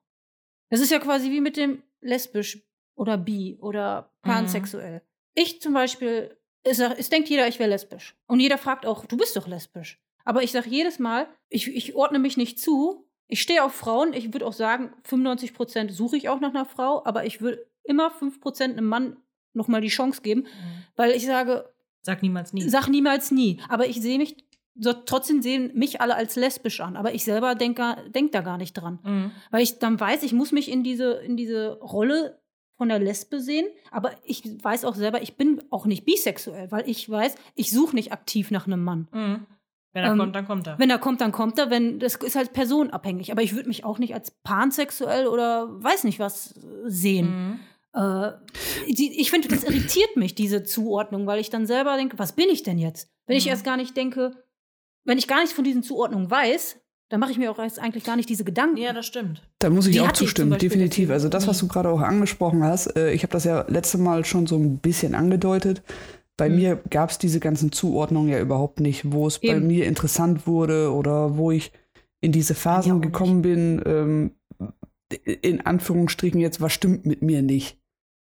Speaker 1: Es ist ja quasi wie mit dem lesbisch oder bi oder pansexuell. Ich zum Beispiel, es, sag- es denkt jeder, ich wäre lesbisch. Und jeder fragt auch, du bist doch lesbisch. Aber ich sage jedes Mal, ich, ich ordne mich nicht zu. Ich stehe auf Frauen. Ich würde auch sagen, 95 Prozent suche ich auch nach einer Frau. Aber ich würde immer 5 Prozent einem Mann nochmal die Chance geben,
Speaker 3: Mhm.
Speaker 1: weil ich sage,
Speaker 3: Sag niemals nie.
Speaker 1: sag niemals nie. Aber ich sehe mich, so, trotzdem sehen mich alle als lesbisch an. Aber ich selber denke denk da gar nicht dran.
Speaker 3: Mhm.
Speaker 1: Weil ich dann weiß, ich muss mich in diese, in diese Rolle von der Lesbe sehen, aber ich weiß auch selber, ich bin auch nicht bisexuell, weil ich weiß, ich suche nicht aktiv nach einem Mann.
Speaker 3: Mhm. Wenn er
Speaker 1: Ähm,
Speaker 3: kommt, dann kommt er.
Speaker 1: Wenn er kommt, dann kommt er. Wenn das ist halt personenabhängig. Aber ich würde mich auch nicht als pansexuell oder weiß nicht was äh, sehen.
Speaker 3: Mhm.
Speaker 1: Äh, die, ich finde, das irritiert mich diese Zuordnung, weil ich dann selber denke, was bin ich denn jetzt? Wenn ich
Speaker 3: Mhm.
Speaker 1: erst gar nicht denke, wenn ich gar nichts von diesen Zuordnungen weiß, dann mache ich mir auch erst eigentlich gar nicht diese Gedanken.
Speaker 3: Ja, das stimmt.
Speaker 2: Da muss ich
Speaker 1: Die
Speaker 2: auch
Speaker 1: hatte ich zum
Speaker 2: zustimmen,
Speaker 1: Beispiel Mhm.
Speaker 2: definitiv.
Speaker 1: deswegen
Speaker 2: Also das, was
Speaker 1: nie.
Speaker 2: du gerade auch angesprochen hast, äh, ich habe das ja letzte Mal schon so ein bisschen angedeutet. Bei
Speaker 1: Mhm.
Speaker 2: mir gab es diese ganzen Zuordnungen ja überhaupt nicht, wo es bei
Speaker 1: Eben.
Speaker 2: mir interessant wurde oder wo ich in diese Phasen
Speaker 1: auch
Speaker 2: gekommen bin, ähm, in Anführungsstrichen jetzt, was stimmt mit mir nicht.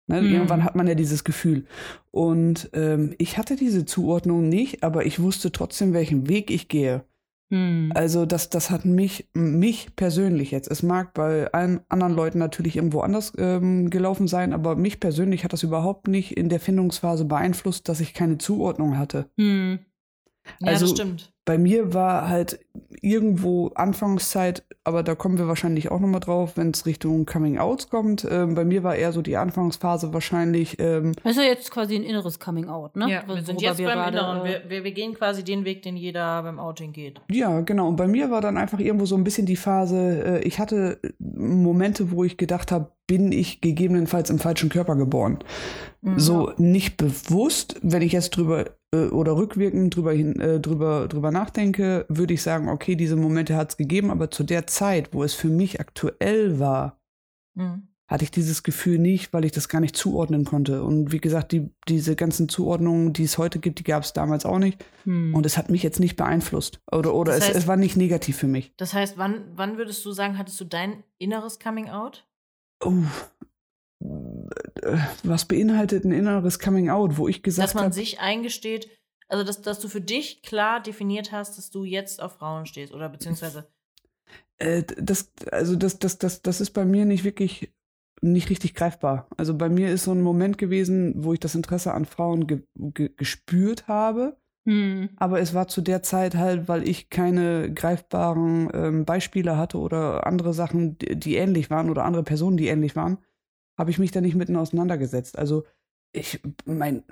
Speaker 2: Ne?
Speaker 1: Mhm.
Speaker 2: Irgendwann hat man ja dieses Gefühl. Und ähm, ich hatte diese Zuordnung nicht, aber ich wusste trotzdem, welchen Weg ich gehe.
Speaker 1: Hm.
Speaker 2: Also das, das hat mich, mich persönlich jetzt. Es mag bei allen anderen Leuten natürlich irgendwo anders ähm, gelaufen sein, aber mich persönlich hat das überhaupt nicht in der Findungsphase beeinflusst, dass ich keine Zuordnung hatte.
Speaker 1: Hm.
Speaker 3: Ja,
Speaker 2: Also-
Speaker 3: das stimmt.
Speaker 2: Bei mir war halt irgendwo Anfangszeit, aber da kommen wir wahrscheinlich auch nochmal drauf, wenn es Richtung Coming Outs kommt. Ähm, bei mir war eher so die Anfangsphase wahrscheinlich, ähm,
Speaker 1: Das ist ja jetzt quasi ein inneres Coming Out, ne?
Speaker 3: Ja, wir sind
Speaker 1: Worüber
Speaker 3: jetzt beim
Speaker 1: gerade,
Speaker 3: Inneren.
Speaker 1: äh,
Speaker 3: Wir, wir, wir gehen quasi den Weg, den jeder beim Outing geht.
Speaker 2: Ja, genau. Und bei mir war dann einfach irgendwo so ein bisschen die Phase, äh, ich hatte Momente, wo ich gedacht habe, bin ich gegebenenfalls im falschen Körper geboren. So nicht bewusst, wenn ich jetzt drüber äh, oder rückwirkend drüber, hin, äh, drüber, drüber nachdenke, würde ich sagen, okay, diese Momente hat es gegeben, aber zu der Zeit, wo es für mich aktuell war,
Speaker 3: Mhm.
Speaker 2: hatte ich dieses Gefühl nicht, weil ich das gar nicht zuordnen konnte. Und wie gesagt, die, diese ganzen Zuordnungen, die es heute gibt, die gab es damals auch nicht.
Speaker 1: Hm.
Speaker 2: Und es hat mich jetzt nicht beeinflusst. Oder, oder
Speaker 3: Mhm. Das
Speaker 2: es,
Speaker 3: heißt-
Speaker 2: es war nicht negativ für mich.
Speaker 3: Das heißt, wann, wann würdest du sagen, hattest du dein inneres Coming Out?
Speaker 2: Oh. Äh, Was beinhaltet ein inneres Coming Out, wo ich
Speaker 3: Dass
Speaker 2: gesagt
Speaker 3: man
Speaker 2: habe,
Speaker 3: sich eingesteht, also dass, dass du für dich klar definiert hast, dass du jetzt auf Frauen stehst oder beziehungsweise.
Speaker 2: äh, das, also das, das, das, das ist bei mir nicht wirklich nicht richtig greifbar. Also bei mir ist so ein Moment gewesen, wo ich das Interesse an Frauen ge ge gespürt habe,
Speaker 1: Hm.
Speaker 2: aber es war zu der Zeit halt, weil ich keine greifbaren ähm, Beispiele hatte oder andere Sachen, die, die ähnlich waren oder andere Personen, die ähnlich waren, habe ich mich da nicht mitten auseinandergesetzt. Also ich, mein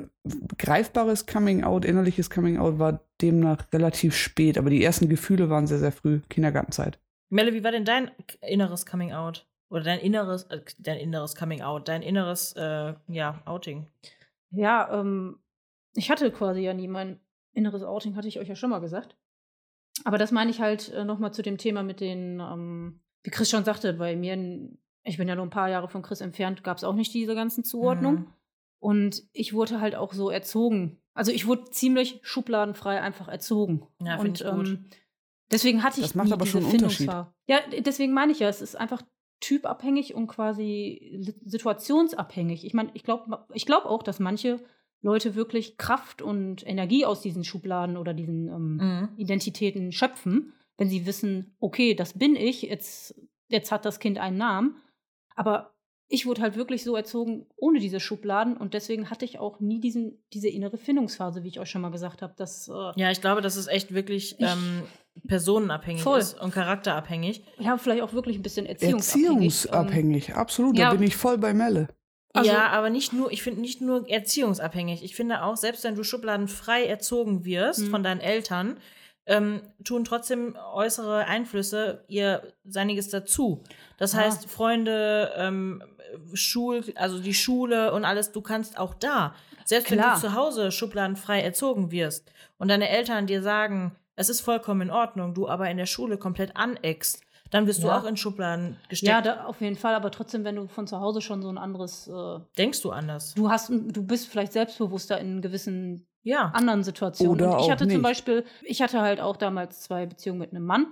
Speaker 2: greifbares Coming Out, innerliches Coming Out war demnach relativ spät, aber die ersten Gefühle waren sehr, sehr früh, Kindergartenzeit.
Speaker 3: Melle, wie war denn dein inneres Coming Out? Oder dein inneres, äh, dein inneres Coming Out, dein inneres, äh, ja, Outing.
Speaker 1: Ja, ähm, ich hatte quasi ja nie mein inneres Outing, hatte ich euch ja schon mal gesagt. Aber das meine ich halt äh, nochmal zu dem Thema mit den, ähm, wie Chris schon sagte, bei mir, n- ich bin ja nur ein paar Jahre von Chris entfernt, gab es auch nicht diese ganzen Zuordnungen.
Speaker 3: Mhm.
Speaker 1: Und ich wurde halt auch so erzogen. Also ich wurde ziemlich schubladenfrei einfach erzogen.
Speaker 3: Ja,
Speaker 1: Und
Speaker 3: find ich gut.
Speaker 1: ähm, deswegen hatte ich
Speaker 2: Das macht
Speaker 1: nie
Speaker 2: aber
Speaker 1: diese
Speaker 2: schon einen Unterschied.
Speaker 1: Findungsphase. Ja, d- deswegen meine ich ja, es ist einfach typabhängig und quasi li- situationsabhängig. Ich meine, ich glaube ich glaub auch, dass manche Leute wirklich Kraft und Energie aus diesen Schubladen oder diesen ähm,
Speaker 3: Mhm.
Speaker 1: Identitäten schöpfen, wenn sie wissen, okay, das bin ich, jetzt, jetzt hat das Kind einen Namen. Aber ich wurde halt wirklich so erzogen, ohne diese Schubladen und deswegen hatte ich auch nie diesen, diese innere Findungsphase, wie ich euch schon mal gesagt habe. Das äh,
Speaker 3: Ja, ich glaube, das ist echt wirklich
Speaker 1: Ich-
Speaker 3: ähm, personenabhängig
Speaker 1: Voll.
Speaker 3: ist und charakterabhängig.
Speaker 1: ja, vielleicht auch wirklich ein bisschen erziehungsabhängig. Ähm,
Speaker 2: Erziehungsabhängig, absolut,
Speaker 1: ja.
Speaker 2: da bin ich voll bei Melle.
Speaker 1: Also-
Speaker 3: ja, aber nicht nur, ich finde nicht nur erziehungsabhängig. Ich finde auch, selbst wenn du schubladenfrei erzogen wirst
Speaker 1: Mhm.
Speaker 3: von deinen Eltern, ähm, tun trotzdem äußere Einflüsse ihr Seiniges dazu. Das
Speaker 1: Ja.
Speaker 3: heißt, Freunde, ähm, Schul, also die Schule und alles, du kannst auch da, selbst wenn
Speaker 1: Klar.
Speaker 3: du zu Hause schubladenfrei erzogen wirst und deine Eltern dir sagen, es ist vollkommen in Ordnung, du aber in der Schule komplett aneckst, dann wirst du
Speaker 1: Ja.
Speaker 3: auch in Schubladen gesteckt.
Speaker 1: ähm, ja, da, auf jeden Fall, aber trotzdem, wenn du von zu Hause schon so ein anderes, äh,
Speaker 3: Denkst du anders?
Speaker 1: du hast, du bist vielleicht selbstbewusster in gewissen
Speaker 3: Ja.
Speaker 1: anderen Situationen.
Speaker 2: Oder
Speaker 1: und ich
Speaker 2: auch
Speaker 1: hatte zum
Speaker 2: nicht.
Speaker 1: Beispiel, ich hatte halt auch damals zwei Beziehungen mit einem Mann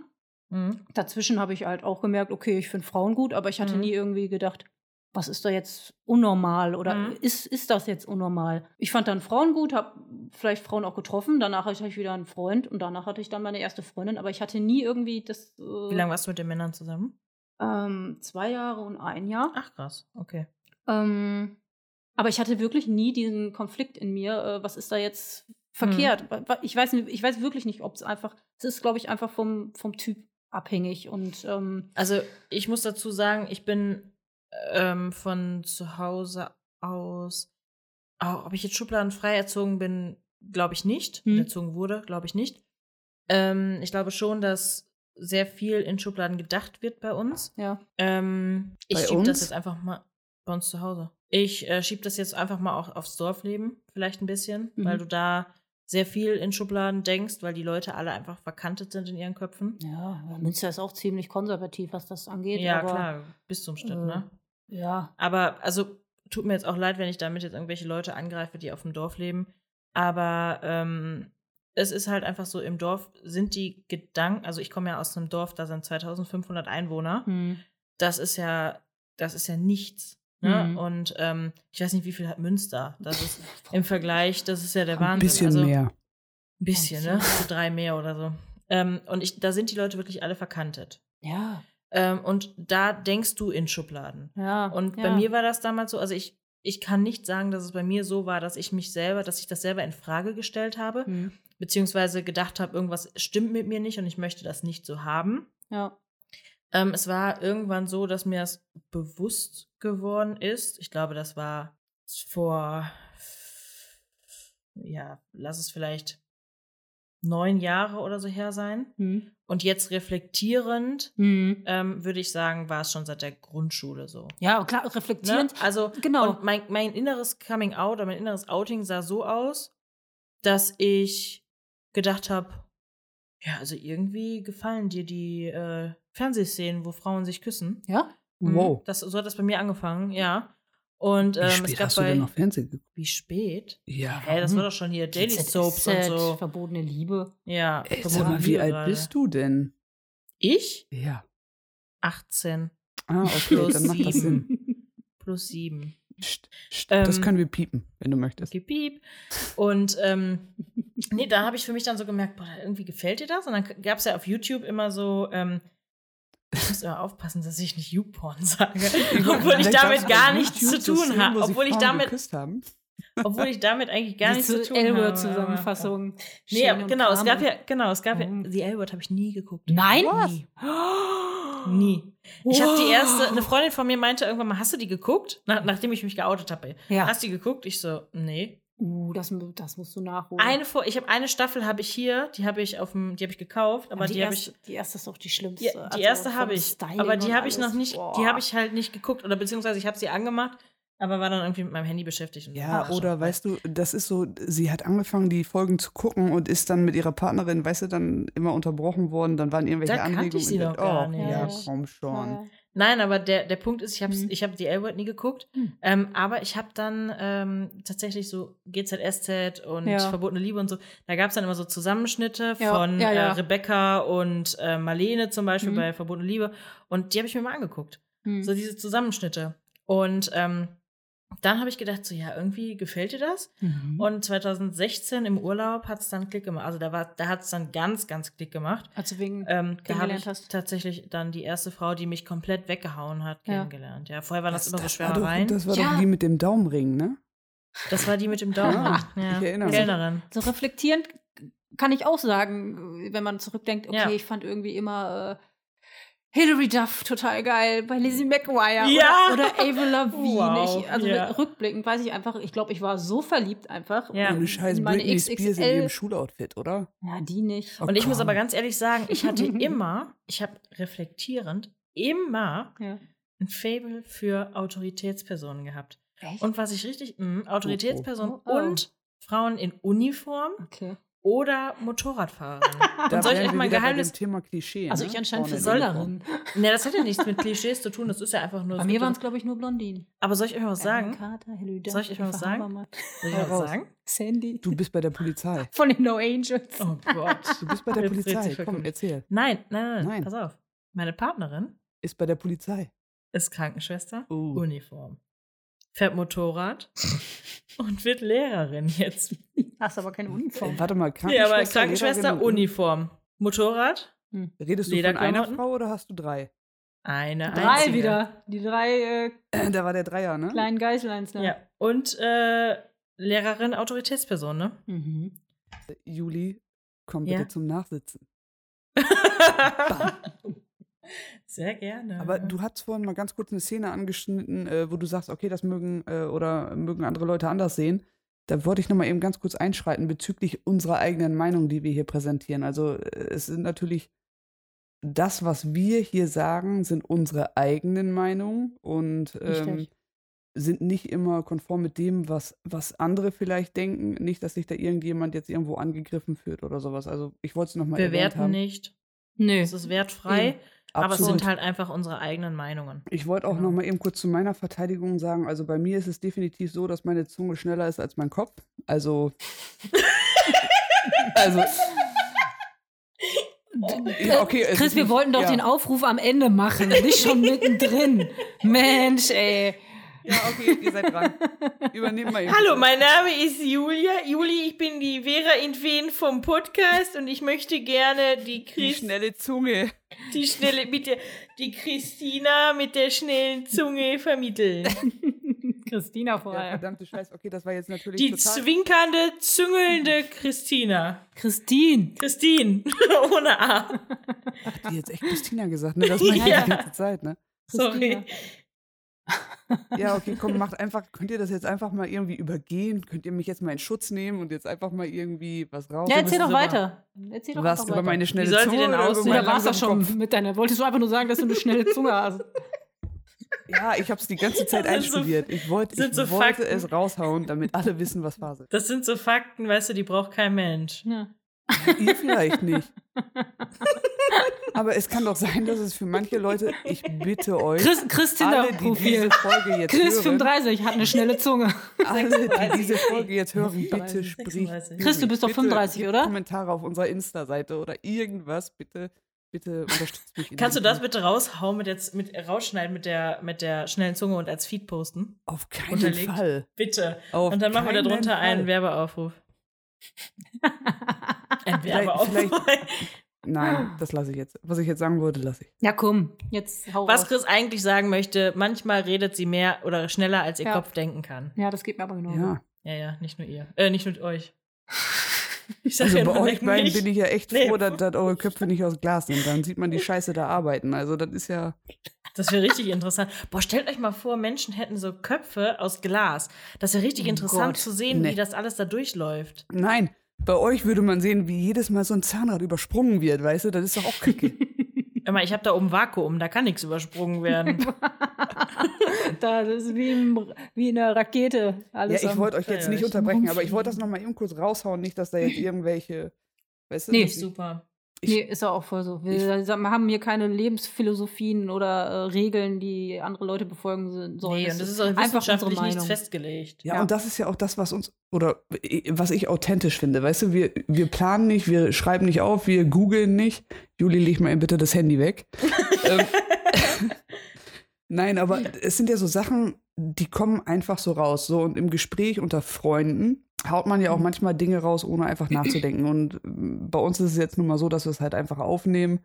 Speaker 3: Mhm.
Speaker 1: dazwischen habe ich halt auch gemerkt, okay, ich finde Frauen gut, aber ich hatte
Speaker 3: Mhm.
Speaker 1: nie irgendwie gedacht, was ist da jetzt unnormal oder
Speaker 3: Mhm.
Speaker 1: ist, ist das jetzt unnormal? Ich fand dann Frauen gut, habe vielleicht Frauen auch getroffen, danach hatte ich wieder einen Freund und danach hatte ich dann meine erste Freundin, aber ich hatte nie irgendwie das. Äh,
Speaker 3: Wie lange warst du mit den Männern zusammen?
Speaker 1: Ähm, zwei Jahre und ein Jahr.
Speaker 3: Ach krass, okay.
Speaker 1: Ähm, aber ich hatte wirklich nie diesen Konflikt in mir, äh, was ist da jetzt
Speaker 3: Hm.
Speaker 1: verkehrt? Wa- wa- Ich weiß, nicht- ich weiß wirklich nicht, ob es einfach, es ist, glaube ich, einfach vom, vom Typ abhängig und ähm,
Speaker 3: Also ich muss dazu sagen, ich bin ähm, von zu Hause aus, au- ob ich jetzt schubladenfrei erzogen bin, glaube ich nicht.
Speaker 1: Hm.
Speaker 3: Erzogen wurde, glaube ich nicht. Ähm, ich glaube schon, dass sehr viel in Schubladen gedacht wird bei uns.
Speaker 1: Ja.
Speaker 3: Ähm, ich
Speaker 2: Bei
Speaker 3: schiebe
Speaker 2: uns?
Speaker 3: das jetzt einfach mal bei uns zu Hause. Ich äh, schiebe das jetzt einfach mal auch aufs Dorfleben, vielleicht ein bisschen,
Speaker 1: Mhm.
Speaker 3: weil du da sehr viel in Schubladen denkst, weil die Leute alle einfach verkantet sind in ihren Köpfen.
Speaker 1: Ja, aber Münster ist auch ziemlich konservativ, was das angeht.
Speaker 3: ja,
Speaker 1: aber,
Speaker 3: klar, bis zum Schnitt,
Speaker 1: äh,
Speaker 3: ne?
Speaker 1: Ja,
Speaker 3: Aber, also, tut mir jetzt auch leid, wenn ich damit jetzt irgendwelche Leute angreife, die auf dem Dorf leben. Aber ähm, es ist halt einfach so, im Dorf sind die Gedanken, also ich komme ja aus einem Dorf, da sind 2500 Einwohner.
Speaker 1: hm.
Speaker 3: das ist ja, das ist ja nichts. Ne?
Speaker 1: Mhm.
Speaker 3: Und ähm, ich weiß nicht, wie viel hat Münster. Das
Speaker 2: <laughs>
Speaker 3: ist im Vergleich, das ist ja der Wahnsinn.
Speaker 2: Ein bisschen
Speaker 3: also,
Speaker 2: mehr.
Speaker 3: Ein bisschen, ne? So drei mehr oder so. Ähm, und ich, da sind die Leute wirklich alle verkantet.
Speaker 1: ja,
Speaker 3: Ähm, und da denkst du in Schubladen.
Speaker 1: ja.
Speaker 3: Und
Speaker 1: ja.
Speaker 3: bei mir war das damals so, also ich, ich kann nicht sagen, dass es bei mir so war, dass ich mich selber, dass ich das selber in Frage gestellt habe,
Speaker 1: Hm.
Speaker 3: beziehungsweise gedacht habe, irgendwas stimmt mit mir nicht und ich möchte das nicht so haben.
Speaker 1: Ja.
Speaker 3: Ähm, es war irgendwann so, dass mir das bewusst geworden ist. Ich glaube, das war vor, ja, lass es vielleicht neun Jahre oder so her sein.
Speaker 1: Hm.
Speaker 3: Und jetzt reflektierend
Speaker 1: Hm.
Speaker 3: ähm, würde ich sagen, war es schon seit der Grundschule so.
Speaker 1: Ja, klar,
Speaker 3: Ne?
Speaker 1: reflektierend.
Speaker 3: Also
Speaker 1: Genau.
Speaker 3: und mein, mein inneres Coming Out oder mein inneres Outing sah so aus, dass ich gedacht habe, ja, also irgendwie gefallen dir die äh, Fernsehszenen, wo Frauen sich küssen.
Speaker 1: Ja.
Speaker 3: Mhm.
Speaker 2: Wow.
Speaker 3: Das, so hat das bei mir angefangen, ja. Und ähm,
Speaker 2: Wie
Speaker 3: es
Speaker 2: spät
Speaker 3: gab
Speaker 2: hast du
Speaker 3: bei
Speaker 2: denn noch Mhm. Fernsehen geguckt?
Speaker 3: wie spät?
Speaker 2: Ja.
Speaker 3: Hä, das war doch schon hier Daily
Speaker 1: GZSZ,
Speaker 3: Soaps und so.
Speaker 1: Verbotene Liebe.
Speaker 3: Ja.
Speaker 2: Ey,
Speaker 3: verbotene
Speaker 2: sag mal, wie
Speaker 3: Liebe
Speaker 2: alt
Speaker 3: gerade.
Speaker 2: bist du denn?
Speaker 3: Ich?
Speaker 2: Ja.
Speaker 3: 18 <laughs>
Speaker 2: Ah, okay,
Speaker 3: Plus
Speaker 2: dann macht das
Speaker 3: sieben.
Speaker 2: Sinn.
Speaker 3: plus 7.
Speaker 2: Psst, psst,
Speaker 3: Ähm,
Speaker 2: das können wir piepen, wenn du
Speaker 3: <laughs>
Speaker 2: möchtest.
Speaker 3: piep, piep. Und
Speaker 1: <laughs>
Speaker 3: ähm, nee, da habe ich für mich dann so gemerkt, boah, irgendwie gefällt dir das? Und dann gab es ja auf YouTube immer so, ähm, ich muss immer aufpassen, dass ich nicht YouPorn <laughs> sage, obwohl ich
Speaker 2: Vielleicht
Speaker 3: damit
Speaker 2: gab's
Speaker 3: gar
Speaker 2: auf
Speaker 3: nichts zu
Speaker 2: YouTube das
Speaker 3: tun
Speaker 2: Szenen,
Speaker 3: habe,
Speaker 2: wo sie
Speaker 3: obwohl ich
Speaker 2: Frauen
Speaker 3: damit,
Speaker 2: geküsst haben.
Speaker 3: obwohl ich damit eigentlich gar nichts zu tun habe. aber-
Speaker 1: L-Word-Zusammenfassung.
Speaker 3: Nee, aber genau, es gab ja, genau, es gab ja, The L-Word habe ich nie geguckt.
Speaker 1: Nein?
Speaker 3: Nie.
Speaker 1: <gasps>
Speaker 3: nie. Ich habe die erste, eine Freundin von mir meinte irgendwann mal, hast du die geguckt? Nach, nachdem ich mich geoutet habe.
Speaker 1: Ja.
Speaker 3: Hast du die geguckt? Ich so, nee.
Speaker 1: Uh, das, mu- das musst du nachholen.
Speaker 3: Eine vor, ich habe eine Staffel habe ich hier, die habe ich auf dem, die habe ich gekauft, aber,
Speaker 1: die,
Speaker 3: die, habe
Speaker 1: erste,
Speaker 3: ich
Speaker 1: die erste ist auch die
Speaker 3: die,
Speaker 1: schlimmste.
Speaker 3: die
Speaker 1: Also
Speaker 3: erste
Speaker 1: vom
Speaker 3: habe ich,
Speaker 1: Styling
Speaker 3: aber die
Speaker 1: und
Speaker 3: habe ich noch
Speaker 1: alles.
Speaker 3: nicht,
Speaker 1: Boah.
Speaker 3: die habe ich halt nicht geguckt oder beziehungsweise ich habe sie angemacht, aber war dann irgendwie mit meinem Handy beschäftigt. Und
Speaker 2: Ja,
Speaker 3: Ah,
Speaker 2: oder
Speaker 3: schon.
Speaker 2: weißt du, das ist so, sie hat angefangen, die Folgen zu gucken und ist dann mit ihrer Partnerin, weißt du, dann immer unterbrochen worden, dann waren irgendwelche
Speaker 3: Da kannte
Speaker 2: Anregungen.
Speaker 3: ich sie
Speaker 2: und-
Speaker 3: doch gar
Speaker 2: Och,
Speaker 3: nicht.
Speaker 2: Ja,
Speaker 1: Ja.
Speaker 2: komm schon.
Speaker 1: Ja, ja.
Speaker 3: Nein, aber der, der Punkt ist, ich habe
Speaker 1: Mhm.
Speaker 3: ich habe die L-Word nie geguckt,
Speaker 1: Mhm.
Speaker 3: ähm, aber ich habe dann ähm, tatsächlich so GZSZ und
Speaker 1: Ja.
Speaker 3: Verbotene Liebe und so, da gab es dann immer so Zusammenschnitte
Speaker 1: Ja,
Speaker 3: von
Speaker 1: ja,
Speaker 3: Äh,
Speaker 1: ja.
Speaker 3: Rebecca und äh, Marlene zum Beispiel
Speaker 1: Mhm.
Speaker 3: bei Verbotene Liebe und die habe ich mir mal angeguckt.
Speaker 1: Hm.
Speaker 3: So diese Zusammenschnitte. Und ähm, dann habe ich gedacht, so ja, irgendwie gefällt dir das.
Speaker 1: Mhm.
Speaker 3: Und 2016 im Urlaub hat es dann Klick gemacht. Also da, war- da hat es dann ganz, ganz Klick gemacht.
Speaker 1: also wegen.
Speaker 3: Ähm, da habe
Speaker 1: Kennengelernt
Speaker 3: ich
Speaker 1: hast.
Speaker 3: tatsächlich dann die erste Frau, die mich komplett weggehauen hat,
Speaker 1: Ja.
Speaker 3: kennengelernt. Ja, vorher war das, immer so
Speaker 2: war doch,
Speaker 3: Schwärmereien. Das,
Speaker 2: das war
Speaker 1: Ja.
Speaker 2: doch die mit dem Daumenring, ne?
Speaker 3: war die mit dem Daumen.
Speaker 2: Ah,
Speaker 3: ja.
Speaker 2: ich erinnere mich.
Speaker 3: Kellnerin.
Speaker 1: so reflektierend kann ich auch sagen, wenn man zurückdenkt, okay,
Speaker 3: Ja.
Speaker 1: ich fand irgendwie immer äh, Hilary Duff total geil bei Lizzie McGuire
Speaker 3: Hm. Ja.
Speaker 1: oder, oder Avril
Speaker 3: <laughs>
Speaker 1: Lavigne.
Speaker 3: Wow,
Speaker 1: Ich, also
Speaker 3: ja.
Speaker 1: rückblickend weiß ich einfach, ich glaube, ich war so verliebt einfach.
Speaker 3: Ja.
Speaker 1: in
Speaker 2: Ohne Scheiß
Speaker 1: meine
Speaker 2: Britney Spears in ihrem
Speaker 1: XXL.
Speaker 2: Schuloutfit, oder?
Speaker 1: Ja, die nicht.
Speaker 2: Oh,
Speaker 3: Und ich muss
Speaker 2: komm.
Speaker 3: aber ganz ehrlich sagen, ich hatte immer, ich habe reflektierend immer
Speaker 1: Ja.
Speaker 3: ein Fable für Autoritätspersonen gehabt.
Speaker 1: Echt?
Speaker 3: Und was ich richtig, mh, Autoritätspersonen
Speaker 1: Oh, oh.
Speaker 3: und Frauen in Uniform
Speaker 1: okay.
Speaker 3: oder Motorradfahrerinnen.
Speaker 2: Da
Speaker 3: und soll ich
Speaker 2: wären
Speaker 3: euch
Speaker 2: wir
Speaker 3: mal ein
Speaker 2: wieder bei
Speaker 3: Geheimnis.
Speaker 2: dem Thema Klischee.
Speaker 1: Also
Speaker 2: ne?
Speaker 1: ich anscheinend
Speaker 2: Vorne
Speaker 1: für
Speaker 2: in
Speaker 1: Sünderin.
Speaker 3: Ne, das hat ja nichts mit Klischees zu tun, das ist ja einfach nur.
Speaker 1: Bei
Speaker 3: es
Speaker 1: mir
Speaker 3: gibt
Speaker 1: waren es,
Speaker 3: so-
Speaker 1: glaube ich, nur Blondinen.
Speaker 3: Aber soll ich euch mal was
Speaker 1: Aaron
Speaker 3: sagen?
Speaker 1: Carter, Hilary Duff,
Speaker 3: Soll ich euch mal was
Speaker 1: Eva
Speaker 3: sagen?
Speaker 1: Habermann,
Speaker 3: Soll ich euch
Speaker 2: Hau
Speaker 3: was
Speaker 2: raus.
Speaker 3: sagen? <laughs>
Speaker 1: Sandy.
Speaker 2: Du bist bei der Polizei.
Speaker 1: Von den No Angels.
Speaker 3: Oh Gott.
Speaker 2: Du bist bei der
Speaker 3: Jetzt dreht sich
Speaker 2: Polizei.
Speaker 3: vollkommen.
Speaker 2: Komm, erzähl.
Speaker 3: Nein, nein, nein, nein,
Speaker 2: Nein.
Speaker 3: pass auf. Meine Partnerin
Speaker 2: Ist bei der Polizei.
Speaker 3: ist Krankenschwester,
Speaker 2: Oh.
Speaker 3: Uniform, fährt
Speaker 2: <laughs>
Speaker 3: Motorrad und wird Lehrerin jetzt.
Speaker 1: Hast aber keine Uniform.
Speaker 2: Äh, warte mal,
Speaker 3: Nee,
Speaker 2: Krankenschwester.
Speaker 3: aber Krankenschwester,
Speaker 2: Lehrerin und-
Speaker 3: Uniform, Motorrad,
Speaker 2: Redest du von einer
Speaker 3: Lederklamotten?
Speaker 2: Frau oder hast du drei? <clears throat>
Speaker 3: eine
Speaker 1: Drei
Speaker 3: einzige.
Speaker 1: wieder. Die drei äh,
Speaker 2: Da war der Dreier, ne?
Speaker 1: kleinen Geißleins. Ne?
Speaker 3: Ja, und äh, Lehrerin, Autoritätsperson, ne?
Speaker 1: Mhm.
Speaker 2: Juli, komm
Speaker 3: Ja.
Speaker 2: bitte zum Nachsitzen.
Speaker 3: <laughs> Sehr gerne.
Speaker 2: Aber du hast vorhin mal ganz kurz eine Szene angeschnitten, äh, wo du sagst, okay, das mögen äh, oder mögen andere Leute anders sehen. Da wollte ich nochmal eben ganz kurz einschreiten bezüglich unserer eigenen Meinung, die wir hier präsentieren. Also äh, es sind natürlich das, was wir hier sagen, sind unsere eigenen Meinungen und ähm,
Speaker 1: Richtig.
Speaker 2: sind nicht immer konform mit dem, was, was andere vielleicht denken. Nicht, dass sich da irgendjemand jetzt irgendwo angegriffen fühlt oder sowas. Also ich wollte es nochmal erwähnt
Speaker 3: Bewerten
Speaker 2: haben.
Speaker 3: nicht.
Speaker 1: Nö.
Speaker 3: Es ist wertfrei,
Speaker 1: Eben.
Speaker 3: aber es
Speaker 2: Absolut.
Speaker 3: sind halt einfach unsere eigenen Meinungen.
Speaker 2: Ich wollte auch
Speaker 3: Genau.
Speaker 2: noch mal eben kurz zu meiner Verteidigung sagen. Also bei mir ist es definitiv so, dass meine Zunge schneller ist als mein Kopf.
Speaker 1: <laughs>
Speaker 2: Also, also ja, okay. es
Speaker 1: Oh, Äh, Chris,
Speaker 2: ist
Speaker 1: wir
Speaker 2: nicht-
Speaker 1: wollten doch
Speaker 2: ja.
Speaker 1: den Aufruf am Ende
Speaker 2: <laughs>
Speaker 1: machen, nicht schon mittendrin. Mensch, ey.
Speaker 2: Ja, okay, ihr
Speaker 1: <laughs>
Speaker 2: seid dran. Übernehmt mal. eben.
Speaker 3: Hallo, mein Name ist Julia. Juli, ich bin die Vera Intven vom Podcast und ich möchte gerne
Speaker 2: Die
Speaker 3: die, Chris,
Speaker 2: schnelle Zunge.
Speaker 3: die schnelle, bitte, die Christina mit der schnellen
Speaker 2: <laughs>
Speaker 3: Zunge vermitteln.
Speaker 1: Christina vor
Speaker 2: Ja,
Speaker 1: allem.
Speaker 2: verdammte Scheiß. Okay, das war jetzt natürlich
Speaker 3: Die
Speaker 2: total.
Speaker 3: zwinkernde, züngelnde Christina.
Speaker 1: Christine.
Speaker 3: Christine, <laughs> ohne A.
Speaker 2: Hat die jetzt echt Christina
Speaker 1: <laughs>
Speaker 2: gesagt, ne? Das meine ich
Speaker 3: Ja.
Speaker 2: die ganze Zeit, ne?
Speaker 3: Sorry.
Speaker 2: Ja, okay, komm, macht einfach, könnt ihr das jetzt einfach mal irgendwie übergehen? Könnt ihr mich jetzt mal in Schutz nehmen und jetzt einfach mal irgendwie was raus?
Speaker 1: Ja,
Speaker 3: Du bist
Speaker 1: erzähl doch
Speaker 3: super.
Speaker 1: weiter. Erzähl doch
Speaker 2: was
Speaker 1: einfach
Speaker 2: über
Speaker 1: weiter.
Speaker 2: meine schnelle
Speaker 3: soll sie
Speaker 2: Zunge
Speaker 3: denn
Speaker 2: oder über
Speaker 3: aussehen?
Speaker 2: meinen
Speaker 1: Ja, war's doch
Speaker 2: langsamen
Speaker 1: schon
Speaker 3: <laughs>
Speaker 2: Kopf?
Speaker 1: mit deiner. Wolltest du einfach nur sagen, dass du eine schnelle Zunge hast?
Speaker 2: Ja, ich habe es die ganze Zeit
Speaker 3: Das sind so-
Speaker 2: einstudiert. Ich wollte,
Speaker 3: sind
Speaker 2: ich
Speaker 3: so
Speaker 2: wollte
Speaker 3: Fakten.
Speaker 2: es raushauen, damit alle wissen, was Phase
Speaker 3: <laughs>
Speaker 2: ist.
Speaker 3: Das sind so Fakten, weißt du, die braucht kein Mensch.
Speaker 1: <laughs> Ja.
Speaker 2: Ihr vielleicht
Speaker 3: <laughs>
Speaker 2: nicht. Aber es kann doch sein, dass es für manche Leute, ich bitte euch,
Speaker 1: Chris, Chris
Speaker 2: alle, die diese
Speaker 1: Tinder-Profil.
Speaker 2: Folge jetzt
Speaker 1: Chris
Speaker 2: hören,
Speaker 1: 35 hat eine schnelle
Speaker 2: <laughs>
Speaker 1: Zunge.
Speaker 2: alle, die diese Folge jetzt hören, bitte
Speaker 3: 36.
Speaker 2: sprich.
Speaker 1: Chris, du bist doch
Speaker 2: Bitte
Speaker 1: 35,
Speaker 2: gebt
Speaker 1: oder?
Speaker 2: Kommentare auf unserer Insta-Seite oder irgendwas, bitte, bitte unterstützt mich. in
Speaker 3: Kannst du
Speaker 2: diesem
Speaker 3: das
Speaker 2: Fall.
Speaker 3: bitte raushauen, mit der, Z- mit, rausschneiden mit der, mit der schnellen Zunge und als Feed posten?
Speaker 2: Auf keinen
Speaker 3: unterlegt?
Speaker 2: Fall.
Speaker 3: Bitte.
Speaker 2: Auf
Speaker 3: und dann machen wir
Speaker 2: keinen
Speaker 3: darunter einen
Speaker 2: Fall. <laughs>
Speaker 3: Werbeaufruf. Ein
Speaker 2: Vielleicht-
Speaker 3: Werbeaufruf.
Speaker 2: Nein, das lasse ich jetzt. Was ich jetzt sagen wollte, lasse ich.
Speaker 1: Ja, komm, jetzt hau
Speaker 3: Was
Speaker 1: raus.
Speaker 3: Chris eigentlich sagen möchte, manchmal redet sie mehr oder schneller, als ihr
Speaker 1: Ja.
Speaker 3: Kopf denken kann.
Speaker 1: Ja, das geht mir aber genau.
Speaker 2: Ja.
Speaker 3: Ja, ja, nicht nur ihr. Äh, nicht nur euch. <laughs> Ich sag
Speaker 2: Also
Speaker 3: ja
Speaker 2: bei
Speaker 3: nur
Speaker 2: euch beiden bin ich ja echt
Speaker 3: Nee.
Speaker 2: froh, dass, dass eure Köpfe nicht aus Glas sind. Dann sieht man die Scheiße da arbeiten. Also das ist ja.
Speaker 3: Das wäre richtig interessant. Boah, stellt euch mal vor, Menschen hätten so Köpfe aus Glas. Das wäre richtig
Speaker 1: Oh
Speaker 3: interessant
Speaker 1: Gott,
Speaker 3: zu sehen,
Speaker 2: nee.
Speaker 3: wie das alles da durchläuft.
Speaker 2: Nein, bei euch würde man sehen, wie jedes Mal so ein Zahnrad übersprungen wird, weißt du? Das ist doch auch kacke.
Speaker 3: Immer, ich habe da oben Vakuum, da kann nichts
Speaker 2: <laughs>
Speaker 3: übersprungen werden.
Speaker 1: Da, das ist wie, im, wie in einer Rakete.
Speaker 2: ja,
Speaker 1: Alles
Speaker 2: ich
Speaker 1: am-
Speaker 2: wollte euch jetzt
Speaker 3: Ja,
Speaker 2: nicht
Speaker 3: ich-
Speaker 2: unterbrechen, aber ich wollte das nochmal eben kurz raushauen, nicht, dass da jetzt irgendwelche. Weißt du,
Speaker 1: Nee,
Speaker 2: dass ich-
Speaker 3: Super.
Speaker 1: nee, ist ja auch voll so. Wir sagen, haben hier keine Lebensphilosophien oder äh, Regeln, die andere Leute befolgen so- sollen.
Speaker 3: Nee,
Speaker 1: Das
Speaker 3: und das
Speaker 1: ist
Speaker 3: ist auch
Speaker 1: einfach unsere
Speaker 3: wissenschaftlich nichts
Speaker 1: Meinung.
Speaker 3: festgelegt.
Speaker 2: Ja,
Speaker 1: Ja.
Speaker 2: und das ist ja auch das, was uns, oder äh, was ich authentisch finde. Weißt du, wir, wir planen nicht, wir schreiben nicht auf, wir googeln nicht. Juli, leg mal eben bitte das Handy weg.
Speaker 1: <laughs>
Speaker 2: ähm, <laughs> Nein, aber es sind ja so Sachen, die kommen einfach so raus. So und im Gespräch unter Freunden haut man ja
Speaker 1: Mhm.
Speaker 2: auch manchmal Dinge raus,
Speaker 1: <clears throat>
Speaker 2: ohne einfach nachzudenken. Und ähm, bei uns ist es jetzt nun mal so, dass wir es halt einfach aufnehmen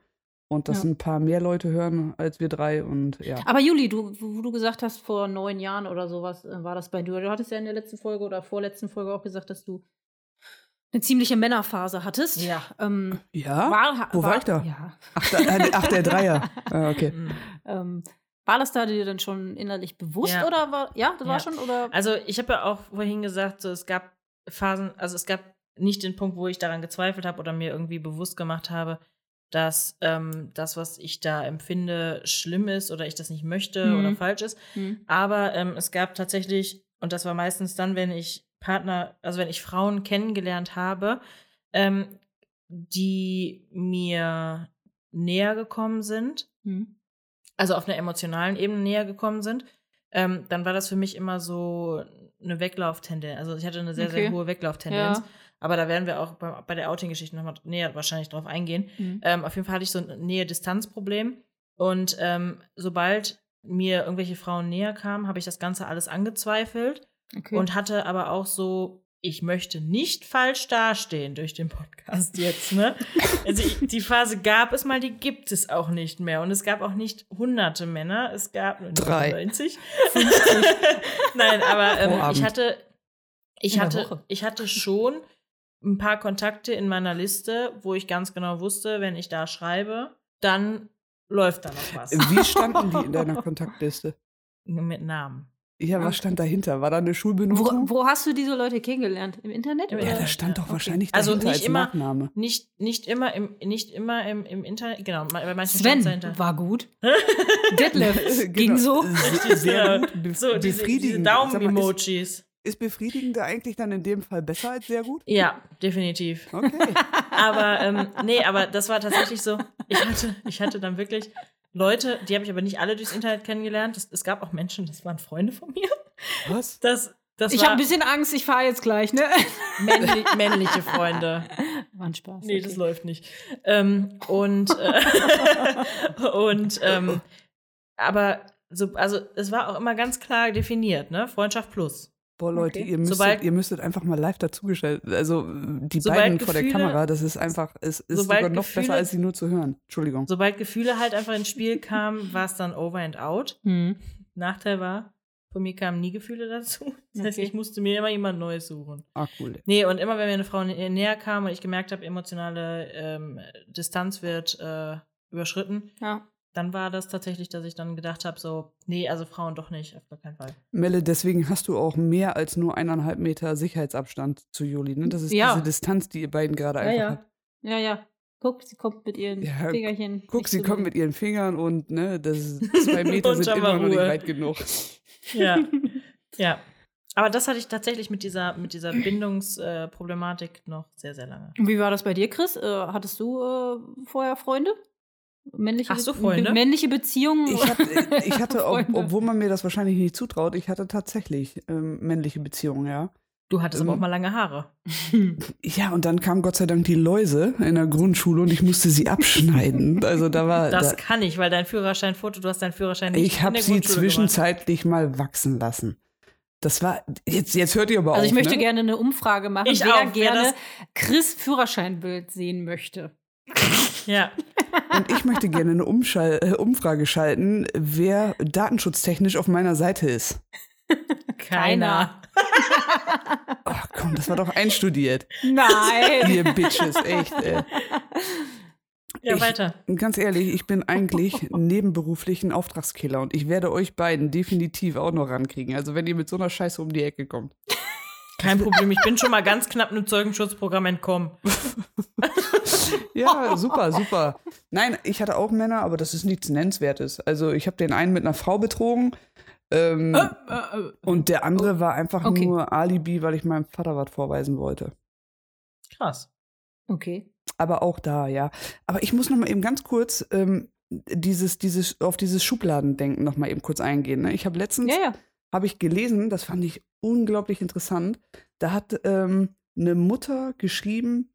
Speaker 2: und dass
Speaker 1: Ja. Ah,
Speaker 2: ein paar mehr Leute hören als wir drei. Und ja.
Speaker 1: aber Juli, du, wo du gesagt hast, vor neun Jahren oder sowas äh, war das bei dir. Du hattest ja in der letzten Folge oder vorletzten Folge auch gesagt, dass du eine ziemliche Männerphase hattest.
Speaker 3: Ja.
Speaker 1: Ähm,
Speaker 2: Ja?
Speaker 1: war,
Speaker 2: Ah, Wo war ich da?
Speaker 1: Ja.
Speaker 2: Ach, da, äh, ach der Dreier.
Speaker 1: <laughs>
Speaker 2: Ah, okay.
Speaker 3: Mhm.
Speaker 1: Ähm, war das da dir dann schon innerlich bewusst
Speaker 3: Ja.
Speaker 1: oder war ja, das war
Speaker 3: Ja.
Speaker 1: schon oder
Speaker 3: <laughs> Also ich habe ja auch vorhin gesagt, so, es gab Phasen, also es gab nicht den Punkt, wo ich daran gezweifelt habe oder mir irgendwie bewusst gemacht habe, dass ähm, das, was ich da empfinde, schlimm ist oder ich das nicht möchte
Speaker 1: Mhm.
Speaker 3: oder falsch ist.
Speaker 1: Hm.
Speaker 3: Aber ähm, es gab tatsächlich, und das war meistens dann, wenn ich Partner, also wenn ich Frauen kennengelernt habe, ähm, die mir näher gekommen sind,
Speaker 1: Hm.
Speaker 3: also auf einer emotionalen Ebene näher gekommen sind, ähm, dann war das für mich immer so eine Weglauftendenz. Also ich hatte eine sehr,
Speaker 1: Okay.
Speaker 3: sehr hohe Weglauftendenz.
Speaker 1: Ja.
Speaker 3: Aber da werden wir auch bei, bei der Outing-Geschichte nochmal näher wahrscheinlich drauf eingehen.
Speaker 1: Hm.
Speaker 3: Ähm, auf jeden Fall hatte ich so ein Nähe-Distanz-Problem. Und ähm, sobald mir irgendwelche Frauen näher kamen, habe ich das Ganze alles angezweifelt
Speaker 1: Okay.
Speaker 3: Äh, und hatte aber auch so, ich möchte nicht falsch dastehen durch den Podcast
Speaker 1: <laughs>
Speaker 3: jetzt, ne? Also ich, die Phase gab es mal, die gibt es auch nicht mehr. Und es gab auch nicht hunderte Männer, es gab nur
Speaker 2: Drei.
Speaker 3: 90. <laughs> Nein, aber
Speaker 2: Pro
Speaker 3: ähm, ich
Speaker 2: Abend.
Speaker 3: hatte, ich
Speaker 1: In der
Speaker 3: hatte,
Speaker 1: Woche.
Speaker 3: ich hatte schon ein paar Kontakte in meiner Liste, wo ich ganz genau wusste, wenn ich da schreibe, dann läuft da noch was.
Speaker 2: Äh,
Speaker 3: <laughs>
Speaker 2: Wie standen die in deiner Kontaktliste?
Speaker 3: Mit Namen.
Speaker 2: Ja, was stand dahinter? War da eine Schulbenotung?
Speaker 1: Wo, wo hast du diese Leute kennengelernt? Im Internet?
Speaker 3: Ja,
Speaker 1: oder?
Speaker 2: ja, da stand doch
Speaker 3: äh, Okay.
Speaker 2: wahrscheinlich
Speaker 3: Also
Speaker 2: dahinter
Speaker 3: nicht
Speaker 2: als
Speaker 3: immer- <laughs>
Speaker 2: Nachname.
Speaker 3: Nicht, nicht immer im, nicht immer im, im Internet, genau, ma- bei manchen
Speaker 1: Sven
Speaker 3: stand's dahinter. <laughs>
Speaker 1: war gut. Detlef
Speaker 2: <laughs>
Speaker 1: ging so.
Speaker 2: Genau. Äh, Sehr, sehr gut. Be
Speaker 3: Also <laughs> So, diese, diese
Speaker 2: befriedigend. Sag mal, ist,
Speaker 3: Daumen-Emojis.
Speaker 2: ist befriedigend da eigentlich dann in dem Fall besser als sehr gut?
Speaker 3: Ja, definitiv. <laughs>
Speaker 2: Okay.
Speaker 3: Aber ähm, nee, aber das war tatsächlich so. Ich hatte, ich hatte dann wirklich Leute, die habe ich aber nicht alle durchs Internet kennengelernt. Es, es gab auch Menschen, das waren Freunde von mir.
Speaker 2: Was?
Speaker 3: Das, das
Speaker 1: Ich habe
Speaker 3: war
Speaker 1: ein bisschen Angst, ich fahre jetzt gleich, ne?
Speaker 3: männli männliche Freunde.
Speaker 1: War ein Spaß.
Speaker 3: Nee, das
Speaker 1: okay.
Speaker 3: läuft nicht. Ähm, und äh, <laughs> und ähm, aber so, also es war auch immer ganz klar definiert, ne? Freundschaft plus.
Speaker 2: Boah, Leute,
Speaker 1: Okay.
Speaker 2: ihr, müsstet,
Speaker 3: Sobald-
Speaker 2: ihr müsstet einfach mal live dazugestellt. Also die
Speaker 3: Sobald
Speaker 2: beiden vor der
Speaker 3: Gefühle-
Speaker 2: Kamera, das ist einfach, es ist
Speaker 3: sobald
Speaker 2: sogar noch
Speaker 3: Gefühle-
Speaker 2: besser, als sie nur zu hören. Entschuldigung.
Speaker 3: Sobald Gefühle halt einfach ins Spiel
Speaker 1: <laughs>
Speaker 3: kamen, war es dann over and out.
Speaker 1: Hm.
Speaker 3: Nachteil war, von mir kamen nie Gefühle dazu. Das heißt,
Speaker 1: Okay.
Speaker 3: ich musste mir immer jemand Neues suchen.
Speaker 2: Ah, cool.
Speaker 3: Nee, und immer wenn mir eine Frau nä- näher kam und ich gemerkt habe, emotionale ähm, Distanz wird äh, überschritten,
Speaker 1: Ja.
Speaker 3: dann war das tatsächlich, dass ich dann gedacht habe, so, nee, also Frauen doch nicht, auf gar keinen Fall.
Speaker 2: Melle, deswegen hast du auch mehr als nur eineinhalb Meter Sicherheitsabstand zu Juli. Ne? Das ist
Speaker 1: Ja.
Speaker 2: diese Distanz, die ihr beiden gerade
Speaker 3: Ja,
Speaker 2: einfach
Speaker 3: ja.
Speaker 2: habt.
Speaker 1: ja, ja. Guck, sie kommt mit ihren
Speaker 2: Ja,
Speaker 1: Fingerchen.
Speaker 2: Guck,
Speaker 1: nicht
Speaker 2: sie
Speaker 1: so
Speaker 2: kommt
Speaker 1: weit.
Speaker 2: mit ihren Fingern und ne, das
Speaker 3: <laughs>
Speaker 2: ist, zwei Meter
Speaker 3: Und
Speaker 2: sind
Speaker 3: schon mal
Speaker 2: immer noch nicht
Speaker 3: Ruhe.
Speaker 2: weit
Speaker 3: <laughs>
Speaker 2: genug.
Speaker 3: Ja. ja. Aber das hatte ich tatsächlich mit dieser, mit dieser Bindungsproblematik äh, Problematik noch sehr, sehr lange.
Speaker 1: Wie war das bei dir, Chris? Äh, hattest du äh, vorher Freunde? Männliche,
Speaker 3: Hast du Freunde?
Speaker 1: Be- männliche Beziehungen?
Speaker 2: Ich hatte, ich hatte ob,
Speaker 1: Freunde.
Speaker 2: obwohl man mir das wahrscheinlich nicht zutraut, ich hatte tatsächlich ähm, männliche Beziehungen, ja.
Speaker 3: Du hattest aber
Speaker 2: Ähm,
Speaker 3: auch mal lange Haare.
Speaker 2: Ja, und dann kam Gott sei Dank die Läuse in der Grundschule und ich musste sie abschneiden. Also da war.
Speaker 3: Das
Speaker 2: da,
Speaker 3: kann ich, weil dein Führerscheinfoto, du hast deinen Führerschein nicht
Speaker 2: ich
Speaker 3: in
Speaker 2: habe
Speaker 3: der
Speaker 2: sie
Speaker 3: Grundschule
Speaker 2: zwischenzeitlich mal wachsen lassen. Das war. Jetzt, jetzt hört ihr aber
Speaker 1: also
Speaker 2: auf.
Speaker 1: ich möchte
Speaker 2: ne?
Speaker 1: gerne eine Umfrage machen,
Speaker 3: Ich
Speaker 1: wer
Speaker 3: auch, wer
Speaker 1: gerne
Speaker 3: das-
Speaker 1: Chris Führerscheinbild sehen möchte.
Speaker 3: Gemacht. Ja.
Speaker 2: Und ich möchte gerne eine Umschall, äh, Umfrage schalten, wer datenschutztechnisch auf meiner Seite ist.
Speaker 3: <laughs> Keiner.
Speaker 2: Ach komm, das war doch einstudiert.
Speaker 1: Nein. <laughs>
Speaker 2: Ihr Bitches, echt. Ey.
Speaker 3: Ja,
Speaker 2: Ich-
Speaker 3: weiter.
Speaker 2: Ganz ehrlich, ich bin eigentlich nebenberuflich ein Auftragskiller und ich werde euch beiden definitiv auch noch rankriegen. Also wenn ihr mit so einer Scheiße um die Ecke kommt.
Speaker 3: Kein Problem, ich bin schon mal ganz knapp einem Zeugenschutzprogramm entkommen.
Speaker 2: Ja, super, super. Nein, ich hatte auch Männer, aber das ist nichts Nennenswertes. Also ich habe den einen mit einer Frau betrogen ähm,
Speaker 1: Äh,
Speaker 2: und der andere war einfach
Speaker 1: Okay.
Speaker 2: nur Alibi, weil ich meinem Vater was vorweisen wollte.
Speaker 3: Krass.
Speaker 1: okay.
Speaker 2: Aber auch da, ja. Aber ich muss noch mal eben ganz kurz ähm, dieses, dieses, auf dieses Schubladendenken noch mal eben kurz eingehen. Ne? Ich habe letztens
Speaker 1: Ja, ja.
Speaker 2: habe ich gelesen, das fand ich unglaublich interessant. Da hat ähm, eine Mutter geschrieben,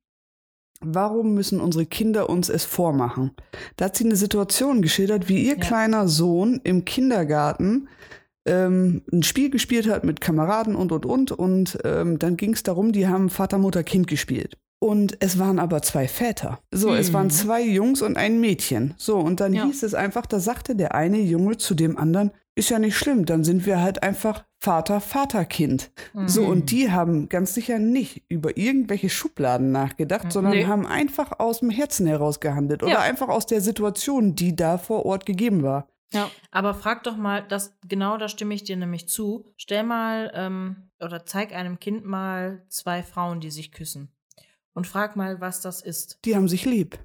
Speaker 2: warum müssen unsere Kinder uns es vormachen? Da hat sie eine Situation geschildert, wie ihr
Speaker 3: Ja.
Speaker 2: kleiner Sohn im Kindergarten ähm, ein Spiel gespielt hat mit Kameraden und und und und ähm, dann ging es darum, die haben Vater, Mutter, Kind gespielt. Und es waren aber zwei Väter. So, es
Speaker 1: Mhm.
Speaker 2: waren zwei Jungs und ein Mädchen. So, und dann
Speaker 1: Ja.
Speaker 2: hieß es einfach, da sagte der eine Junge zu dem anderen, ist ja nicht schlimm, dann sind wir halt einfach Vater, Vater, Kind. So, und die haben ganz sicher nicht über irgendwelche Schubladen nachgedacht, sondern
Speaker 1: Nee.
Speaker 2: haben einfach aus dem Herzen heraus gehandelt oder
Speaker 1: Ja.
Speaker 2: einfach aus der Situation, die da vor Ort gegeben war.
Speaker 1: ja.
Speaker 3: Aber frag doch mal, das, genau da stimme ich dir nämlich zu. Stell mal ähm, oder zeig einem Kind mal zwei Frauen, die sich küssen. Und frag mal, was das ist.
Speaker 2: Die haben sich lieb.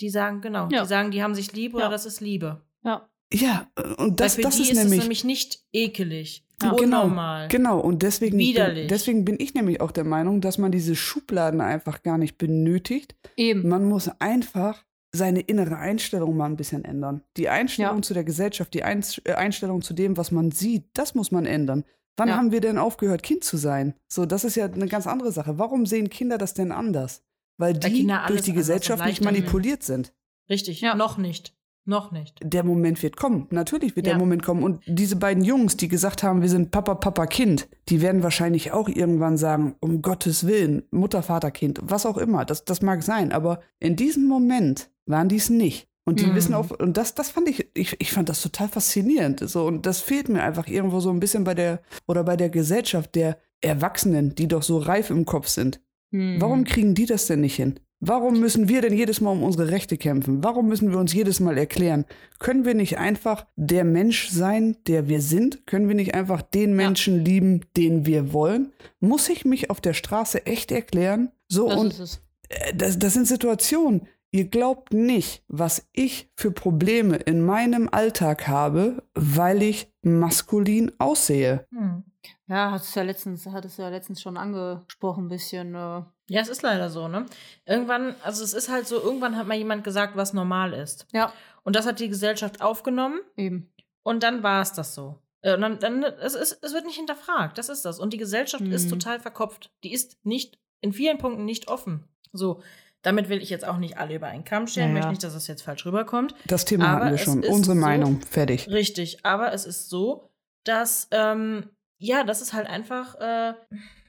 Speaker 3: Die sagen, genau,
Speaker 1: Ja.
Speaker 3: die sagen, die haben sich lieb oder
Speaker 1: Ja.
Speaker 3: das ist Liebe.
Speaker 1: Ja.
Speaker 2: Ja, und das,
Speaker 3: Weil für
Speaker 2: das
Speaker 3: die
Speaker 2: ist,
Speaker 3: ist es
Speaker 2: nämlich.
Speaker 3: nämlich nicht ekelig.
Speaker 2: Ja. Genau,
Speaker 3: Unnormal.
Speaker 2: Genau, und deswegen,
Speaker 3: Widerlich.
Speaker 2: deswegen bin ich nämlich auch der Meinung, dass man diese Schubladen einfach gar nicht benötigt.
Speaker 1: Eben.
Speaker 2: Man muss einfach seine innere Einstellung mal ein bisschen ändern. Die Einstellung
Speaker 1: Ja.
Speaker 2: zu der Gesellschaft, die Einst- äh, Einstellung zu dem, was man sieht, das muss man ändern. Wann
Speaker 1: Ja.
Speaker 2: haben wir denn aufgehört, Kind zu sein? So, das ist ja eine ganz andere Sache. Warum sehen Kinder das denn anders? Weil
Speaker 3: Weil
Speaker 2: die
Speaker 3: Kinder alles
Speaker 2: durch die
Speaker 3: anders und
Speaker 2: Gesellschaft nicht
Speaker 3: leichter sehen.
Speaker 2: manipuliert sind.
Speaker 3: Richtig,
Speaker 1: Ja.
Speaker 3: noch nicht. Noch nicht.
Speaker 2: Der Moment wird kommen. Natürlich wird
Speaker 3: Ja.
Speaker 2: der Moment kommen. Und diese beiden Jungs, die gesagt haben, wir sind Papa, Papa, Kind, die werden wahrscheinlich auch irgendwann sagen, um Gottes Willen, Mutter, Vater, Kind, was auch immer. Das, das mag sein. Aber in diesem Moment waren die es nicht. Und die
Speaker 3: Mhm.
Speaker 2: wissen auch, und das, das fand ich, ich, ich fand das total faszinierend. So, und das fehlt mir einfach irgendwo so ein bisschen bei der, oder bei der Gesellschaft der Erwachsenen, die doch so reif im Kopf sind.
Speaker 1: Hm.
Speaker 3: Mhm.
Speaker 2: Warum kriegen die das denn nicht hin? Warum müssen wir denn jedes Mal um unsere Rechte kämpfen? Warum müssen wir uns jedes Mal erklären? Können wir nicht einfach der Mensch sein, der wir sind? Können wir nicht einfach den Menschen lieben, den wir wollen? Muss ich mich auf der Straße echt erklären? So
Speaker 1: Das
Speaker 2: und
Speaker 1: ist es.
Speaker 2: äh, das, das sind Situationen. Ihr glaubt nicht, was ich für Probleme in meinem Alltag habe, weil ich maskulin aussehe.
Speaker 3: Hm.
Speaker 1: Ja, hast du ja letztens, hattest du ja letztens schon angesprochen, ein bisschen. Äh,
Speaker 3: Ja, es ist leider so, ne? Irgendwann, also es ist halt so, irgendwann hat mal jemand gesagt, was normal ist.
Speaker 1: ja,
Speaker 3: Und das hat die Gesellschaft aufgenommen
Speaker 1: eben.
Speaker 3: und dann war es das so. Äh, Und dann, dann es, ist, es wird nicht hinterfragt, das ist das. Und die Gesellschaft
Speaker 1: Mhm.
Speaker 3: ist total verkopft. Die ist nicht, in vielen Punkten nicht offen. So, damit will ich jetzt auch nicht alle über einen Kamm stellen,
Speaker 1: Ja, ja.
Speaker 3: möchte nicht, dass es jetzt falsch rüberkommt.
Speaker 2: Das Thema
Speaker 3: Aber
Speaker 2: hatten wir
Speaker 3: es
Speaker 2: schon.
Speaker 3: ist
Speaker 2: Unsere
Speaker 3: so-
Speaker 2: Meinung, fertig.
Speaker 3: Richtig, aber es ist so, dass, ähm, ja, das ist halt einfach, äh,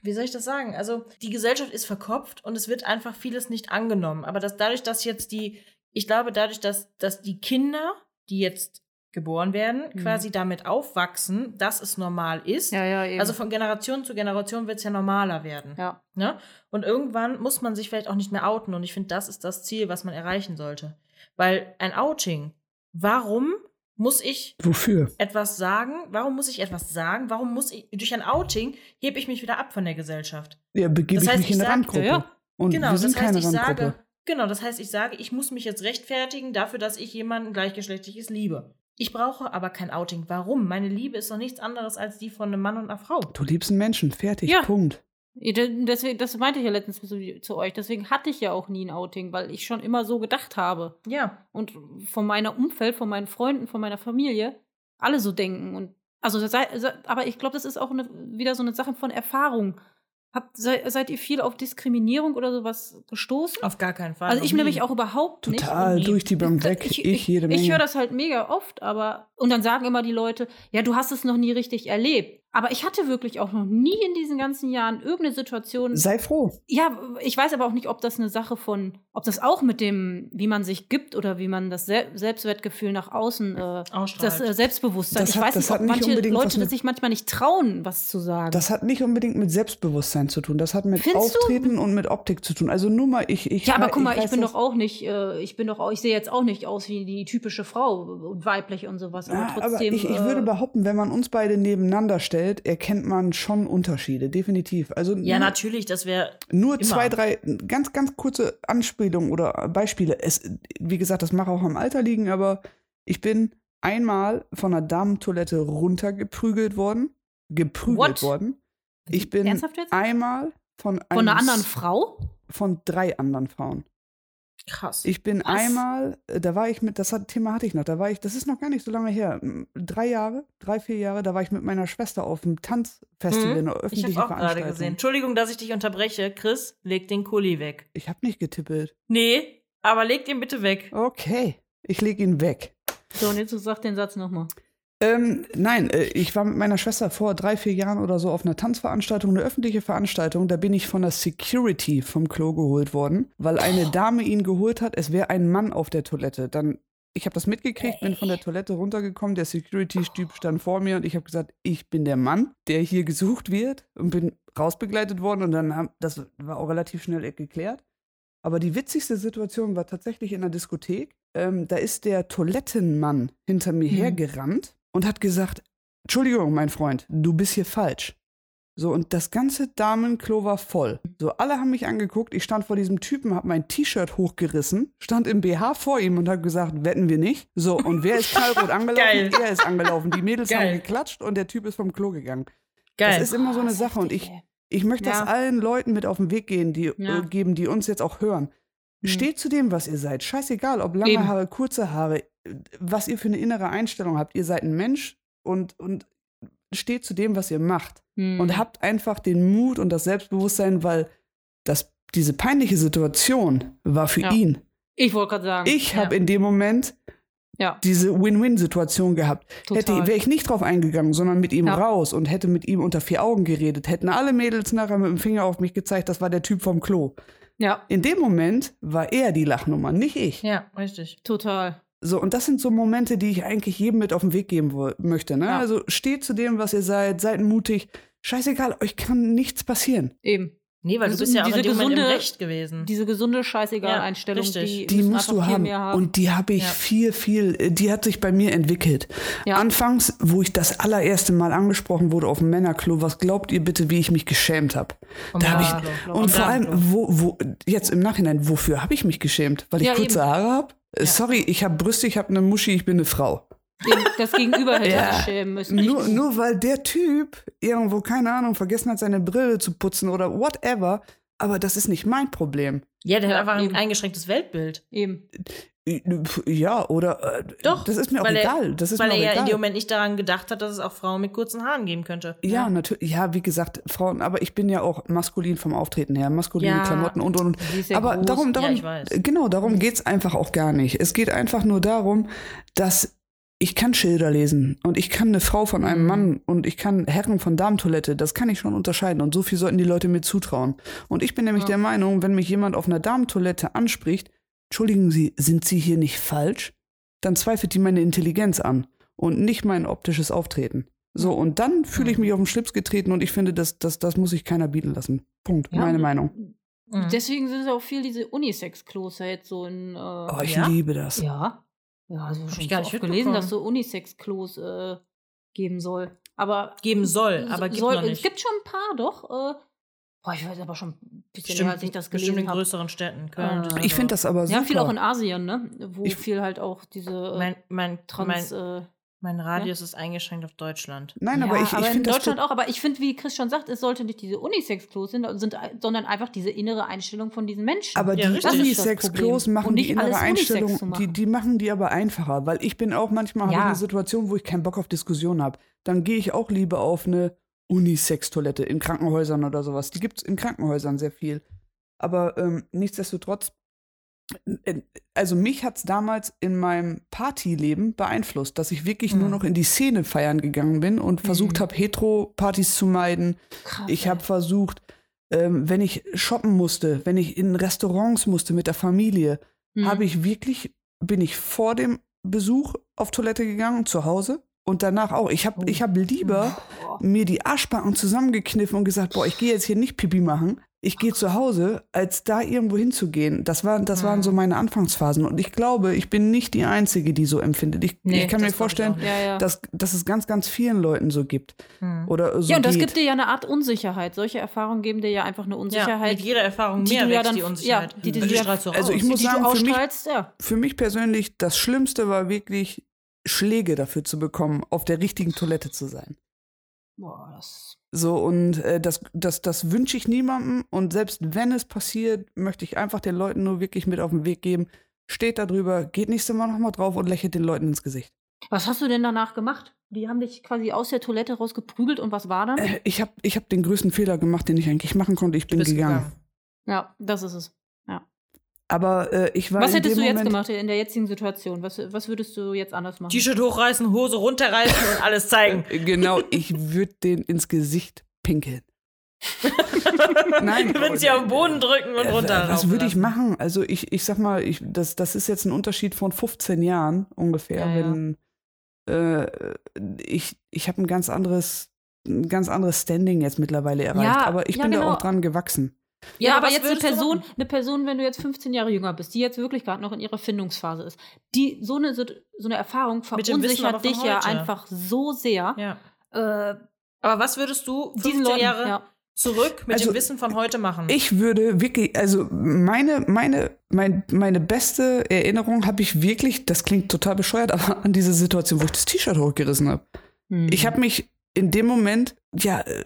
Speaker 3: wie soll ich das sagen? Also die Gesellschaft ist verkopft und es wird einfach vieles nicht angenommen. Aber dass dadurch, dass jetzt die, ich glaube, dadurch, dass, dass die Kinder, die jetzt geboren werden,
Speaker 1: Mhm.
Speaker 3: quasi damit aufwachsen, dass es normal ist.
Speaker 1: Ja, ja, eben.
Speaker 3: Also von Generation zu Generation wird es ja normaler werden.
Speaker 1: ja.
Speaker 3: Ne? Und irgendwann muss man sich vielleicht auch nicht mehr outen. Und ich finde, das ist das Ziel, was man erreichen sollte. Weil ein Outing, warum muss ich
Speaker 2: Wofür?
Speaker 3: etwas sagen? Warum muss ich etwas sagen? Warum muss ich, durch ein Outing hebe ich mich wieder ab von der Gesellschaft?
Speaker 2: Ja, begebe
Speaker 3: Das
Speaker 2: ich
Speaker 3: heißt,
Speaker 2: mich in
Speaker 3: ich
Speaker 2: eine
Speaker 3: sag-
Speaker 2: Randgruppe.
Speaker 1: Ja, ja.
Speaker 2: Und
Speaker 3: genau,
Speaker 2: wir sind
Speaker 3: das heißt,
Speaker 2: keine
Speaker 3: ich
Speaker 2: Randgruppe.
Speaker 3: sage, genau, das heißt, ich sage, ich muss mich jetzt rechtfertigen dafür, dass ich jemanden gleichgeschlechtliches liebe. Ich brauche aber kein Outing. Warum? Meine Liebe ist doch nichts anderes als die von einem Mann und einer Frau.
Speaker 2: Du liebst einen Menschen, fertig,
Speaker 1: Ja.
Speaker 2: Punkt.
Speaker 1: Ja, de- Deswegen, das meinte ich ja letztens zu, zu euch. Deswegen hatte ich ja auch nie ein Outing, weil ich schon immer so gedacht habe.
Speaker 3: Ja,
Speaker 1: Und von meiner Umfeld, von meinen Freunden, von meiner Familie, alle so denken. Und also das sei, sei- aber ich glaube, das ist auch eine, wieder so eine Sache von Erfahrung. Habt, sei, seid ihr viel auf Diskriminierung oder sowas gestoßen?
Speaker 3: auf gar keinen Fall.
Speaker 1: also ich
Speaker 3: Noch
Speaker 1: nämlich
Speaker 3: nie.
Speaker 1: auch überhaupt nicht.
Speaker 2: Total
Speaker 3: nie.
Speaker 2: durch die Bank
Speaker 1: Da-
Speaker 2: weg. Ich, jede Menge.
Speaker 1: Ich höre das halt mega oft, aber und dann sagen immer die Leute, ja, du hast es noch nie richtig erlebt. Aber ich hatte wirklich auch noch nie in diesen ganzen Jahren irgendeine Situation.
Speaker 2: Sei froh.
Speaker 1: ja, ich weiß aber auch nicht, ob das eine Sache von, ob das auch mit dem, wie man sich gibt oder wie man das Sel Selbstwertgefühl nach außen, äh,
Speaker 3: Ausstrahlt.
Speaker 1: das äh, Selbstbewusstsein.
Speaker 2: Das
Speaker 1: ich
Speaker 2: hat-
Speaker 1: weiß
Speaker 2: das
Speaker 1: nicht,
Speaker 2: hat
Speaker 1: ob
Speaker 2: nicht
Speaker 1: manche
Speaker 2: unbedingt was
Speaker 1: Leute
Speaker 2: mit-
Speaker 1: das sich manchmal nicht trauen, was zu sagen.
Speaker 2: Das hat nicht unbedingt mit Selbstbewusstsein zu tun. Das hat mit
Speaker 1: Findest du?
Speaker 2: Auftreten und mit Optik zu tun. Also nur mal, ich. ich
Speaker 1: ja, aber
Speaker 2: ich
Speaker 1: guck mal, ich,
Speaker 2: weiß
Speaker 1: bin
Speaker 2: das-
Speaker 1: doch auch nicht, äh, ich bin doch auch, ich sehe jetzt auch nicht aus wie die typische Frau und weiblich und sowas. Aber
Speaker 2: Ja, Ah, aber
Speaker 1: trotzdem.
Speaker 2: ich, ich würde
Speaker 1: äh,
Speaker 2: behaupten, wenn man uns beide nebeneinander stellt, erkennt man schon Unterschiede, definitiv. Also
Speaker 3: Ja,
Speaker 1: ne?
Speaker 2: nur-
Speaker 3: natürlich, das wäre
Speaker 2: Nur
Speaker 3: Immer.
Speaker 2: zwei, drei ganz, ganz kurze Anspielungen oder Beispiele. Es, wie gesagt, das mache auch am Alter liegen, aber ich bin einmal von einer Damentoilette runtergeprügelt worden. Geprügelt
Speaker 1: What?
Speaker 2: worden. Ich bin
Speaker 1: Ernsthaft jetzt?
Speaker 2: einmal von, einem,
Speaker 1: Von einer anderen
Speaker 2: S-
Speaker 1: Frau?
Speaker 2: von drei anderen Frauen.
Speaker 3: krass.
Speaker 2: Ich bin
Speaker 1: Was?
Speaker 2: einmal, äh, da war ich mit, das hat, Thema hatte ich noch, da war ich, das ist noch gar nicht so lange her, m, drei Jahre, drei, vier Jahre, da war ich mit meiner Schwester auf dem Tanzfestival,
Speaker 3: Mhm.
Speaker 2: eine
Speaker 3: Ich
Speaker 2: öffentliche
Speaker 3: habe auch gerade
Speaker 2: Veranstaltung.
Speaker 3: gesehen. Entschuldigung, dass ich dich unterbreche. Chris, leg den Kuli weg.
Speaker 2: Ich habe nicht getippelt.
Speaker 3: Nee, aber leg den bitte weg.
Speaker 2: Okay, ich lege ihn weg.
Speaker 1: So, und jetzt sag den Satz nochmal.
Speaker 2: Ähm, nein, äh, ich war mit meiner Schwester vor drei, vier Jahren oder so auf einer Tanzveranstaltung, eine öffentliche Veranstaltung. Da bin ich von der Security vom Klo geholt worden, weil eine Dame ihn geholt hat. Es wäre ein Mann auf der Toilette. Dann, ich habe das mitgekriegt, bin von der Toilette runtergekommen. Der Security-Typ stand vor mir und ich habe gesagt, ich bin der Mann, der hier gesucht wird und bin rausbegleitet worden. Und dann, haben, das war auch relativ schnell geklärt. Aber die witzigste Situation war tatsächlich in der Diskothek. Ähm, da ist der Toilettenmann hinter mir
Speaker 1: Mhm.
Speaker 2: hergerannt und hat gesagt: Entschuldigung, mein Freund, du bist hier falsch. So, und das ganze Damenklo war voll. So, alle haben mich angeguckt. Ich stand vor diesem Typen, habe mein T-Shirt hochgerissen, stand im BH vor ihm und habe gesagt, wetten wir nicht. So, und wer ist knallrot angelaufen?
Speaker 3: Geil.
Speaker 2: Er ist angelaufen. Die Mädels
Speaker 3: Geil.
Speaker 2: haben geklatscht und der Typ ist vom Klo gegangen.
Speaker 3: Geil.
Speaker 2: Das ist immer so eine
Speaker 1: Das ist
Speaker 2: Sache. Und ich,
Speaker 1: heftig, ey.
Speaker 2: ich möchte
Speaker 1: Ja.
Speaker 2: das allen Leuten mit auf den Weg gehen, die,
Speaker 1: Ja.
Speaker 2: äh, geben, die uns jetzt auch hören.
Speaker 1: Hm.
Speaker 2: Steht zu dem, was ihr seid. Scheißegal, ob lange
Speaker 1: Eben.
Speaker 2: Haare, kurze Haare, äh, was ihr für eine innere Einstellung habt. Ihr seid ein Mensch und, und steht zu dem, was ihr macht.
Speaker 1: Hm.
Speaker 2: Und habt einfach den Mut und das Selbstbewusstsein, weil das, diese peinliche Situation war für
Speaker 1: Ja.
Speaker 2: ihn.
Speaker 1: ich wollte gerade sagen.
Speaker 2: Ich
Speaker 3: Ja.
Speaker 2: habe in dem Moment
Speaker 1: ja,
Speaker 2: diese Win-Win-Situation gehabt.
Speaker 1: total.
Speaker 2: Hätte wäre ich nicht drauf eingegangen, sondern mit ihm
Speaker 1: Ja.
Speaker 2: raus und hätte mit ihm unter vier Augen geredet, hätten alle Mädels nachher mit dem Finger auf mich gezeigt, das war der Typ vom Klo.
Speaker 1: ja,
Speaker 2: In dem Moment war er die Lachnummer, nicht ich.
Speaker 3: ja, richtig.
Speaker 1: total.
Speaker 2: So, und das sind so Momente, die ich eigentlich jedem mit auf den Weg geben wo- möchte. Ne?
Speaker 1: Ja.
Speaker 2: Also steht zu dem, was ihr seid, seid mutig. Scheißegal, euch kann nichts passieren.
Speaker 1: Eben.
Speaker 3: Nee, weil du bist ja auch
Speaker 1: diese
Speaker 3: in dem Moment im
Speaker 1: gesunde-
Speaker 3: Recht gewesen.
Speaker 1: Diese gesunde, scheißegal
Speaker 3: Ja,
Speaker 1: Einstellung,
Speaker 3: richtig.
Speaker 1: die,
Speaker 2: Die
Speaker 1: müssen
Speaker 2: musst
Speaker 1: einfach
Speaker 2: du
Speaker 1: viel
Speaker 2: haben.
Speaker 1: Mehr haben.
Speaker 2: Und die habe ich
Speaker 3: Ja.
Speaker 2: viel, viel, äh, die hat sich bei mir entwickelt.
Speaker 1: Ja.
Speaker 2: Anfangs, wo ich das allererste Mal angesprochen wurde auf dem Männerklo, was glaubt ihr bitte, wie ich mich geschämt habe?
Speaker 3: Vom
Speaker 2: Da habe
Speaker 3: Männerklo,
Speaker 2: ich,
Speaker 3: glaub
Speaker 2: und
Speaker 3: ich.
Speaker 2: vor
Speaker 3: Vom
Speaker 2: allem,
Speaker 3: Damenklo.
Speaker 2: wo, wo, jetzt im Nachhinein, wofür habe ich mich geschämt? Weil ich
Speaker 1: Ja,
Speaker 2: kurze
Speaker 1: eben.
Speaker 2: Haare habe? Äh, Sorry, ich habe Brüste, ich habe eine Muschi, ich bin eine Frau.
Speaker 1: Dem- das
Speaker 2: <laughs>
Speaker 1: Gegenüber hätte
Speaker 2: Ja.
Speaker 1: sich schämen müssen.
Speaker 2: Nur,
Speaker 1: Richtig.
Speaker 2: nur weil der Typ irgendwo, keine Ahnung, vergessen hat, seine Brille zu putzen oder whatever. Aber das ist nicht mein Problem.
Speaker 3: Ja, der
Speaker 1: Ja,
Speaker 3: hat einfach
Speaker 1: eben.
Speaker 3: ein eingeschränktes Weltbild.
Speaker 1: Eben.
Speaker 2: Ja, oder. Äh,
Speaker 3: Doch,
Speaker 2: Das ist mir auch
Speaker 3: weil er-
Speaker 2: egal. das ist
Speaker 3: weil
Speaker 2: mir
Speaker 3: er
Speaker 2: auch
Speaker 3: ja in
Speaker 2: egal.
Speaker 3: dem Moment nicht daran gedacht hat, dass es auch Frauen mit kurzen Haaren geben könnte.
Speaker 2: ja, natürlich. Ja, wie gesagt, Frauen, aber ich bin ja auch maskulin vom Auftreten her, maskuline
Speaker 3: Ja.
Speaker 2: Klamotten und und.
Speaker 1: Sie ist
Speaker 2: und.
Speaker 1: ja
Speaker 2: aber
Speaker 1: groß.
Speaker 2: darum, darum,
Speaker 3: Ja, ich weiß.
Speaker 2: genau, darum geht's einfach auch gar nicht. Es geht einfach nur darum, dass ich kann Schilder lesen und ich kann eine Frau von
Speaker 3: Mhm.
Speaker 2: einem Mann und ich kann Herren von Damentoilette, das kann ich schon unterscheiden und so viel sollten die Leute mir zutrauen. Und ich bin nämlich der Meinung, wenn mich jemand auf einer Damentoilette anspricht, entschuldigen Sie, sind Sie hier nicht falsch? Dann zweifelt die meine Intelligenz an und nicht mein optisches Auftreten. So, und dann fühle ich mich auf den Schlips getreten und ich finde, das, das, das muss sich keiner bieten lassen. Punkt,
Speaker 1: Ja.
Speaker 2: meine Meinung.
Speaker 3: Mhm.
Speaker 1: Deswegen sind es auch viel diese Unisex-Klos ja jetzt so in. Äh,
Speaker 2: Oh, ich
Speaker 3: Ja?
Speaker 2: liebe das.
Speaker 1: ja. Ja, also schon
Speaker 3: ich gar
Speaker 1: so
Speaker 3: nicht
Speaker 1: oft gelesen,
Speaker 3: mitbekommen.
Speaker 1: dass so Unisex-Klos äh, geben soll. Aber
Speaker 3: Geben soll, aber gibt
Speaker 1: soll-
Speaker 3: noch
Speaker 1: Es
Speaker 3: nicht.
Speaker 1: gibt schon ein paar, doch. Äh, boah, ich weiß aber schon ein bisschen
Speaker 3: Bestimmt-
Speaker 1: her, als ich das
Speaker 3: bestimmt in
Speaker 1: gelesen habe.
Speaker 3: größeren Städten, Köln.
Speaker 1: Äh,
Speaker 3: Düsseldorf.
Speaker 2: Ich finde das aber super.
Speaker 1: Ja, viel auch in Asien, ne? Wo
Speaker 2: Ich-
Speaker 1: viel halt auch diese äh,
Speaker 3: mein, mein,
Speaker 1: Trans.
Speaker 3: mein,
Speaker 1: äh,
Speaker 3: mein Radius ist eingeschränkt auf Deutschland.
Speaker 2: Nein,
Speaker 1: ja,
Speaker 2: aber ich, ich
Speaker 1: in
Speaker 2: finde das
Speaker 1: Deutschland auch. Aber ich finde, wie Chris schon sagt, es sollte nicht diese Unisex-Klos sind, sind, sondern einfach diese innere Einstellung von diesen Menschen.
Speaker 2: Aber
Speaker 3: Ja,
Speaker 2: die
Speaker 3: richtig.
Speaker 2: Unisex-Klos
Speaker 1: Problem.
Speaker 2: machen
Speaker 1: Und
Speaker 2: die
Speaker 1: nicht
Speaker 2: innere
Speaker 1: alles Unisex
Speaker 2: Einstellung,
Speaker 1: zu machen.
Speaker 2: die, die machen die aber einfacher, weil ich bin auch manchmal habe
Speaker 1: Ja.
Speaker 2: ich eine Situation, wo ich keinen Bock auf Diskussion habe. Dann gehe ich auch lieber auf eine Unisex-Toilette in Krankenhäusern oder sowas. Die gibt es in Krankenhäusern sehr viel. Aber ähm, nichtsdestotrotz, äh, also mich hat es damals in meinem Partyleben beeinflusst, dass ich wirklich
Speaker 1: Hm.
Speaker 2: nur
Speaker 3: Mhm.
Speaker 2: noch in die Szene feiern gegangen bin und versucht habe, Hetero-Partys zu meiden,
Speaker 1: Krass,
Speaker 2: ich
Speaker 1: ey.
Speaker 2: habe versucht, ähm, wenn ich shoppen musste, wenn ich in Restaurants musste mit der Familie,
Speaker 1: Mhm.
Speaker 2: habe ich wirklich, bin ich vor dem Besuch auf Toilette gegangen zu Hause und danach auch. Ich
Speaker 1: Oh,
Speaker 2: habe ich hab lieber
Speaker 1: Boah.
Speaker 2: mir die Arschbacken zusammengekniffen und gesagt, boah, ich gehe jetzt hier nicht Pipi machen. Ich gehe zu Hause, als da irgendwo hinzugehen. Das, war, das waren so
Speaker 1: Mhm.
Speaker 2: meine Anfangsphasen. Und ich glaube, ich bin nicht die Einzige, die so empfindet. Ich,
Speaker 3: Nee,
Speaker 2: ich kann
Speaker 3: das
Speaker 2: mir
Speaker 3: glaub ich
Speaker 2: vorstellen,
Speaker 3: auch nicht.
Speaker 1: Ja, ja.
Speaker 2: dass, dass es ganz, ganz vielen Leuten so gibt.
Speaker 1: Hm.
Speaker 3: Mhm.
Speaker 2: Oder so
Speaker 1: ja, und das
Speaker 2: geht.
Speaker 1: gibt dir ja eine Art Unsicherheit. Solche Erfahrungen geben dir ja einfach eine
Speaker 3: Ja,
Speaker 1: Unsicherheit.
Speaker 3: mit jeder Erfahrung
Speaker 1: die
Speaker 3: mehr
Speaker 1: du ja
Speaker 3: wächst
Speaker 1: dann-
Speaker 3: die
Speaker 1: ja,
Speaker 3: Unsicherheit. Hm.
Speaker 1: die- die du ja-
Speaker 3: strahlst du
Speaker 2: Also ich
Speaker 3: aus.
Speaker 2: muss
Speaker 1: die
Speaker 2: sagen,
Speaker 1: du
Speaker 2: für mich-
Speaker 1: ausstrahlst, ja.
Speaker 2: für mich persönlich das Schlimmste war wirklich, Schläge dafür zu bekommen, auf der richtigen Toilette zu sein.
Speaker 1: Boah, das
Speaker 2: So, und äh, das, das, das wünsche ich niemandem. Und selbst wenn es passiert, möchte ich einfach den Leuten nur wirklich mit auf den Weg geben. Steht da drüber, geht nächstes Mal nochmal drauf und lächelt den Leuten ins Gesicht.
Speaker 1: Was hast du denn danach gemacht? Die haben dich quasi aus der Toilette rausgeprügelt und was war dann?
Speaker 2: Äh, Ich habe ich hab den größten Fehler gemacht, den ich eigentlich machen konnte. Ich bin
Speaker 3: Bist
Speaker 2: gegangen.
Speaker 1: Ja, das ist es.
Speaker 2: Aber äh, ich war.
Speaker 1: Was
Speaker 2: in
Speaker 1: hättest
Speaker 2: dem
Speaker 1: du jetzt
Speaker 2: Moment,
Speaker 1: gemacht in der jetzigen Situation? Was, was würdest du jetzt anders machen?
Speaker 3: T-Shirt hochreißen, Hose runterreißen und alles zeigen.
Speaker 2: Äh, Genau, ich würde den ins Gesicht pinkeln. <laughs> Nein,
Speaker 3: <laughs> Du würdest sie auf den Boden drücken und
Speaker 2: Äh,
Speaker 3: runter.
Speaker 2: Was würde ich machen? Also ich, ich sag mal, ich, das, das ist jetzt ein Unterschied von 15 Jahren
Speaker 1: Ja,
Speaker 2: ungefähr,
Speaker 1: ja.
Speaker 2: wenn Äh, ich, ich habe ein ganz anderes, ein ganz anderes Standing jetzt mittlerweile erreicht.
Speaker 1: Ja,
Speaker 2: aber ich
Speaker 1: ja,
Speaker 2: bin da
Speaker 1: genau.
Speaker 2: auch dran gewachsen.
Speaker 1: ja,
Speaker 3: Ja,
Speaker 1: aber
Speaker 3: was
Speaker 1: jetzt eine
Speaker 3: würdest du
Speaker 1: Person,
Speaker 3: machen?
Speaker 1: eine Person, wenn du jetzt 15 Jahre jünger bist, die jetzt wirklich gerade noch in ihrer Findungsphase ist, die so eine, so eine Erfahrung
Speaker 3: Mit dem Wissen
Speaker 1: verunsichert
Speaker 3: aber
Speaker 1: dich
Speaker 3: von
Speaker 1: ja
Speaker 3: heute.
Speaker 1: einfach so sehr.
Speaker 3: Ja.
Speaker 1: Äh,
Speaker 3: Aber was würdest du 15
Speaker 1: diesen Leuten,
Speaker 3: Jahre
Speaker 1: ja.
Speaker 3: zurück mit
Speaker 2: Also,
Speaker 3: dem Wissen von heute
Speaker 1: Mhm.
Speaker 3: machen?
Speaker 2: Ich würde wirklich, also meine, meine, mein, meine beste Erinnerung habe ich wirklich, das klingt total bescheuert, <laughs> aber an diese Situation, wo ich das T-Shirt hochgerissen habe.
Speaker 1: Mhm.
Speaker 2: Ich habe mich in dem Moment ja äh,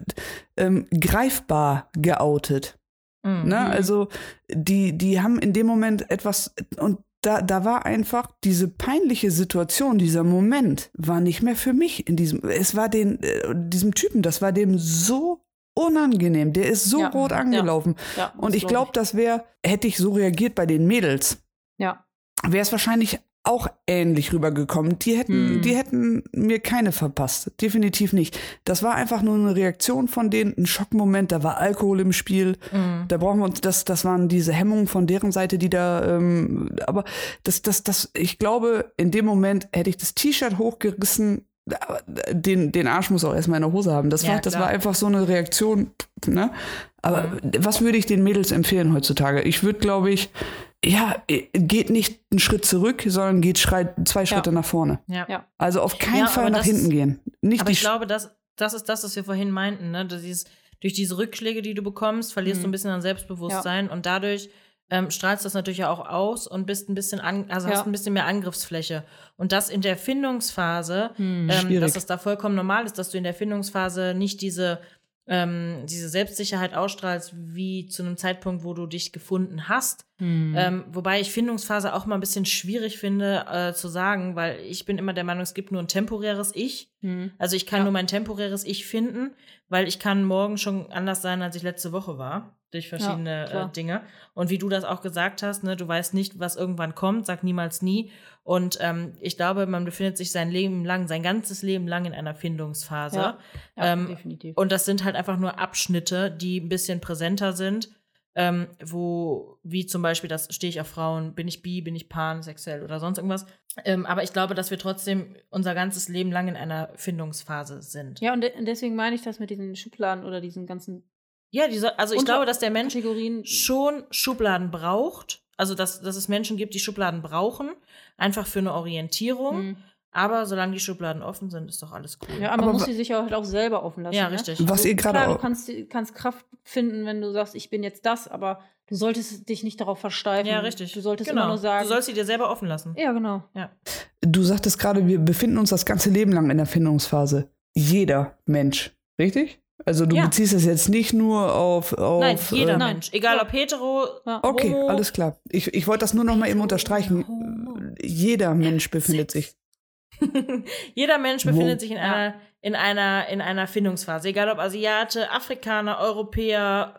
Speaker 2: ähm, greifbar geoutet.
Speaker 3: Mhm.
Speaker 2: Ne? Also die, die haben in dem Moment etwas und da, da war einfach diese peinliche Situation, dieser Moment war nicht mehr für mich in diesem, es war den, äh, diesem Typen, das war dem so unangenehm, der ist so
Speaker 1: Ja,
Speaker 2: rot
Speaker 1: ja.
Speaker 2: angelaufen.
Speaker 1: Ja,
Speaker 2: Und
Speaker 1: das
Speaker 2: ich glaube, das wäre, hätte ich so reagiert bei den Mädels,
Speaker 1: Ja.
Speaker 2: wäre es wahrscheinlich auch ähnlich rübergekommen. Die hätten,
Speaker 1: Hm.
Speaker 2: die hätten mir keine verpasst. Definitiv nicht. Das war einfach nur eine Reaktion von denen, ein Schockmoment, da war Alkohol im Spiel.
Speaker 3: Mhm.
Speaker 2: Da brauchen wir uns, das, das waren diese Hemmungen von deren Seite, die da, ähm, aber das, das, das, ich glaube, in dem Moment hätte ich das T-Shirt hochgerissen, aber den, den Arsch muss auch erstmal in der Hose haben. Das,
Speaker 3: Ja,
Speaker 2: war, das
Speaker 3: klar. Mhm.
Speaker 2: war einfach so eine Reaktion. Ne? Aber was würde ich den Mädels empfehlen heutzutage? Ich würde, glaube ich, ja, äh, geht nicht einen Schritt zurück, sondern geht schreit zwei Schritte nach vorne.
Speaker 3: Ja.
Speaker 1: Ja.
Speaker 2: Also auf keinen
Speaker 3: Ja,
Speaker 2: Fall
Speaker 3: aber
Speaker 2: nach
Speaker 3: das-
Speaker 2: hinten gehen. Nicht
Speaker 3: Aber
Speaker 2: die
Speaker 3: ich glaube, das, das ist das, was wir vorhin meinten. Ne? Dass dieses, durch diese Rückschläge, die du bekommst, verlierst du ein bisschen an Selbstbewusstsein und dadurch ähm, strahlst das natürlich ja auch aus und bist ein bisschen an, also
Speaker 1: Ja.
Speaker 3: hast ein bisschen mehr Angriffsfläche. Und das in der Erfindungsphase, ähm,
Speaker 1: Hm, Mhm.
Speaker 2: Schwierig.
Speaker 3: dass das da vollkommen normal ist, dass du in der Erfindungsphase nicht diese, ähm, diese Selbstsicherheit ausstrahlst, wie zu einem Zeitpunkt, wo du dich gefunden hast.
Speaker 1: Mhm.
Speaker 3: Ähm, wobei ich Findungsphase auch mal ein bisschen schwierig finde äh, zu sagen, weil ich bin immer der Meinung, es gibt nur ein temporäres Ich.
Speaker 1: hm,
Speaker 3: Also ich kann nur mein temporäres Ich finden, weil ich kann morgen schon anders sein, als ich letzte Woche war, durch
Speaker 1: Ja,
Speaker 3: verschiedene
Speaker 1: klar.
Speaker 3: äh, Dinge. Und wie du das auch gesagt hast, ne, du weißt nicht, was irgendwann kommt, sag niemals nie. Und ähm, ich glaube, man befindet sich sein Leben lang, sein ganzes Leben lang in einer Findungsphase.
Speaker 1: Ja. Ja,
Speaker 3: Ähm,
Speaker 1: definitiv.
Speaker 3: Und das sind halt einfach nur Abschnitte, die ein bisschen präsenter sind, ähm, wo, wie zum Beispiel, das stehe ich auf Frauen, bin ich bi, bin ich pansexuell oder sonst irgendwas. Ähm, aber ich glaube, dass wir trotzdem unser ganzes Leben lang in einer Findungsphase sind.
Speaker 1: ja, und de deswegen meine ich das mit diesen Schubladen oder diesen ganzen
Speaker 3: Ja, diese, also ich
Speaker 1: Unter-
Speaker 3: glaube, dass der Mensch
Speaker 1: Kategorien.
Speaker 3: schon Schubladen braucht. Also, dass, dass es Menschen gibt, die Schubladen brauchen, einfach für eine Orientierung.
Speaker 1: Mhm.
Speaker 3: Aber solange die Schubladen offen sind, ist doch alles cool.
Speaker 1: Ja, aber man
Speaker 2: Aber
Speaker 1: muss
Speaker 2: wa-
Speaker 1: sie sich ja halt auch selber offen lassen.
Speaker 3: Ja,
Speaker 1: ne?
Speaker 3: richtig.
Speaker 2: Was ihr gerade
Speaker 1: Klar, du
Speaker 2: auch.
Speaker 1: kannst, kannst Kraft finden, wenn du sagst, ich bin jetzt das, aber du solltest dich nicht darauf versteifen.
Speaker 3: Ja, richtig. Genau.
Speaker 1: Du solltest immer nur sagen.
Speaker 3: Du sollst sie dir selber offen lassen.
Speaker 1: ja, genau.
Speaker 2: Du sagtest gerade, wir befinden uns das ganze Leben lang in der Findungsphase. Jeder Mensch, richtig? Also du
Speaker 3: Ja.
Speaker 2: beziehst das jetzt nicht nur auf, auf
Speaker 3: Nein, jeder
Speaker 2: äh,
Speaker 3: Mensch. Egal
Speaker 1: Ja.
Speaker 3: ob hetero,
Speaker 1: Ja.
Speaker 2: Okay,
Speaker 3: Homo.
Speaker 2: alles klar. Ich, ich wollte das nur noch mal eben
Speaker 3: Homo.
Speaker 2: unterstreichen. Jeder Mensch befindet sich.
Speaker 3: jeder Mensch befindet
Speaker 2: Wo?
Speaker 3: sich in
Speaker 1: Ja.
Speaker 3: einer, in einer, in einer Findungsphase. Egal ob Asiate, Afrikaner, Europäer,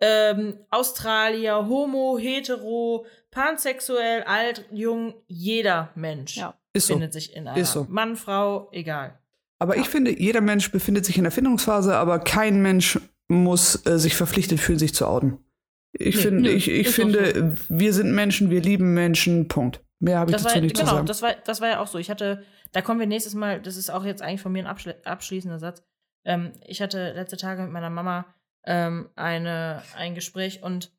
Speaker 3: ähm, Australier, Homo, hetero, pansexuell, alt, jung, jeder Mensch
Speaker 1: Ja.
Speaker 2: Ist so.
Speaker 3: findet sich in einer.
Speaker 2: Ist so.
Speaker 3: Mann, Frau, egal.
Speaker 2: Aber ich finde, jeder Mensch befindet sich in der Findungsphase, aber kein Mensch muss äh, sich verpflichtet fühlen, sich zu outen. Ich
Speaker 3: Nee,
Speaker 2: finde,
Speaker 1: nö,
Speaker 2: ich, ich
Speaker 1: ist
Speaker 2: finde wir sind Menschen, wir lieben Menschen, Punkt. Mehr habe ich
Speaker 3: Das
Speaker 2: dazu
Speaker 3: war,
Speaker 2: nicht zu
Speaker 3: genau,
Speaker 2: sagen.
Speaker 3: das war, das war ja auch so. Ich hatte, da kommen wir nächstes Mal, das ist auch jetzt eigentlich von mir ein abschli abschließender Satz. Ähm, ich hatte letzte Tage mit meiner Mama ähm, eine, ein Gespräch und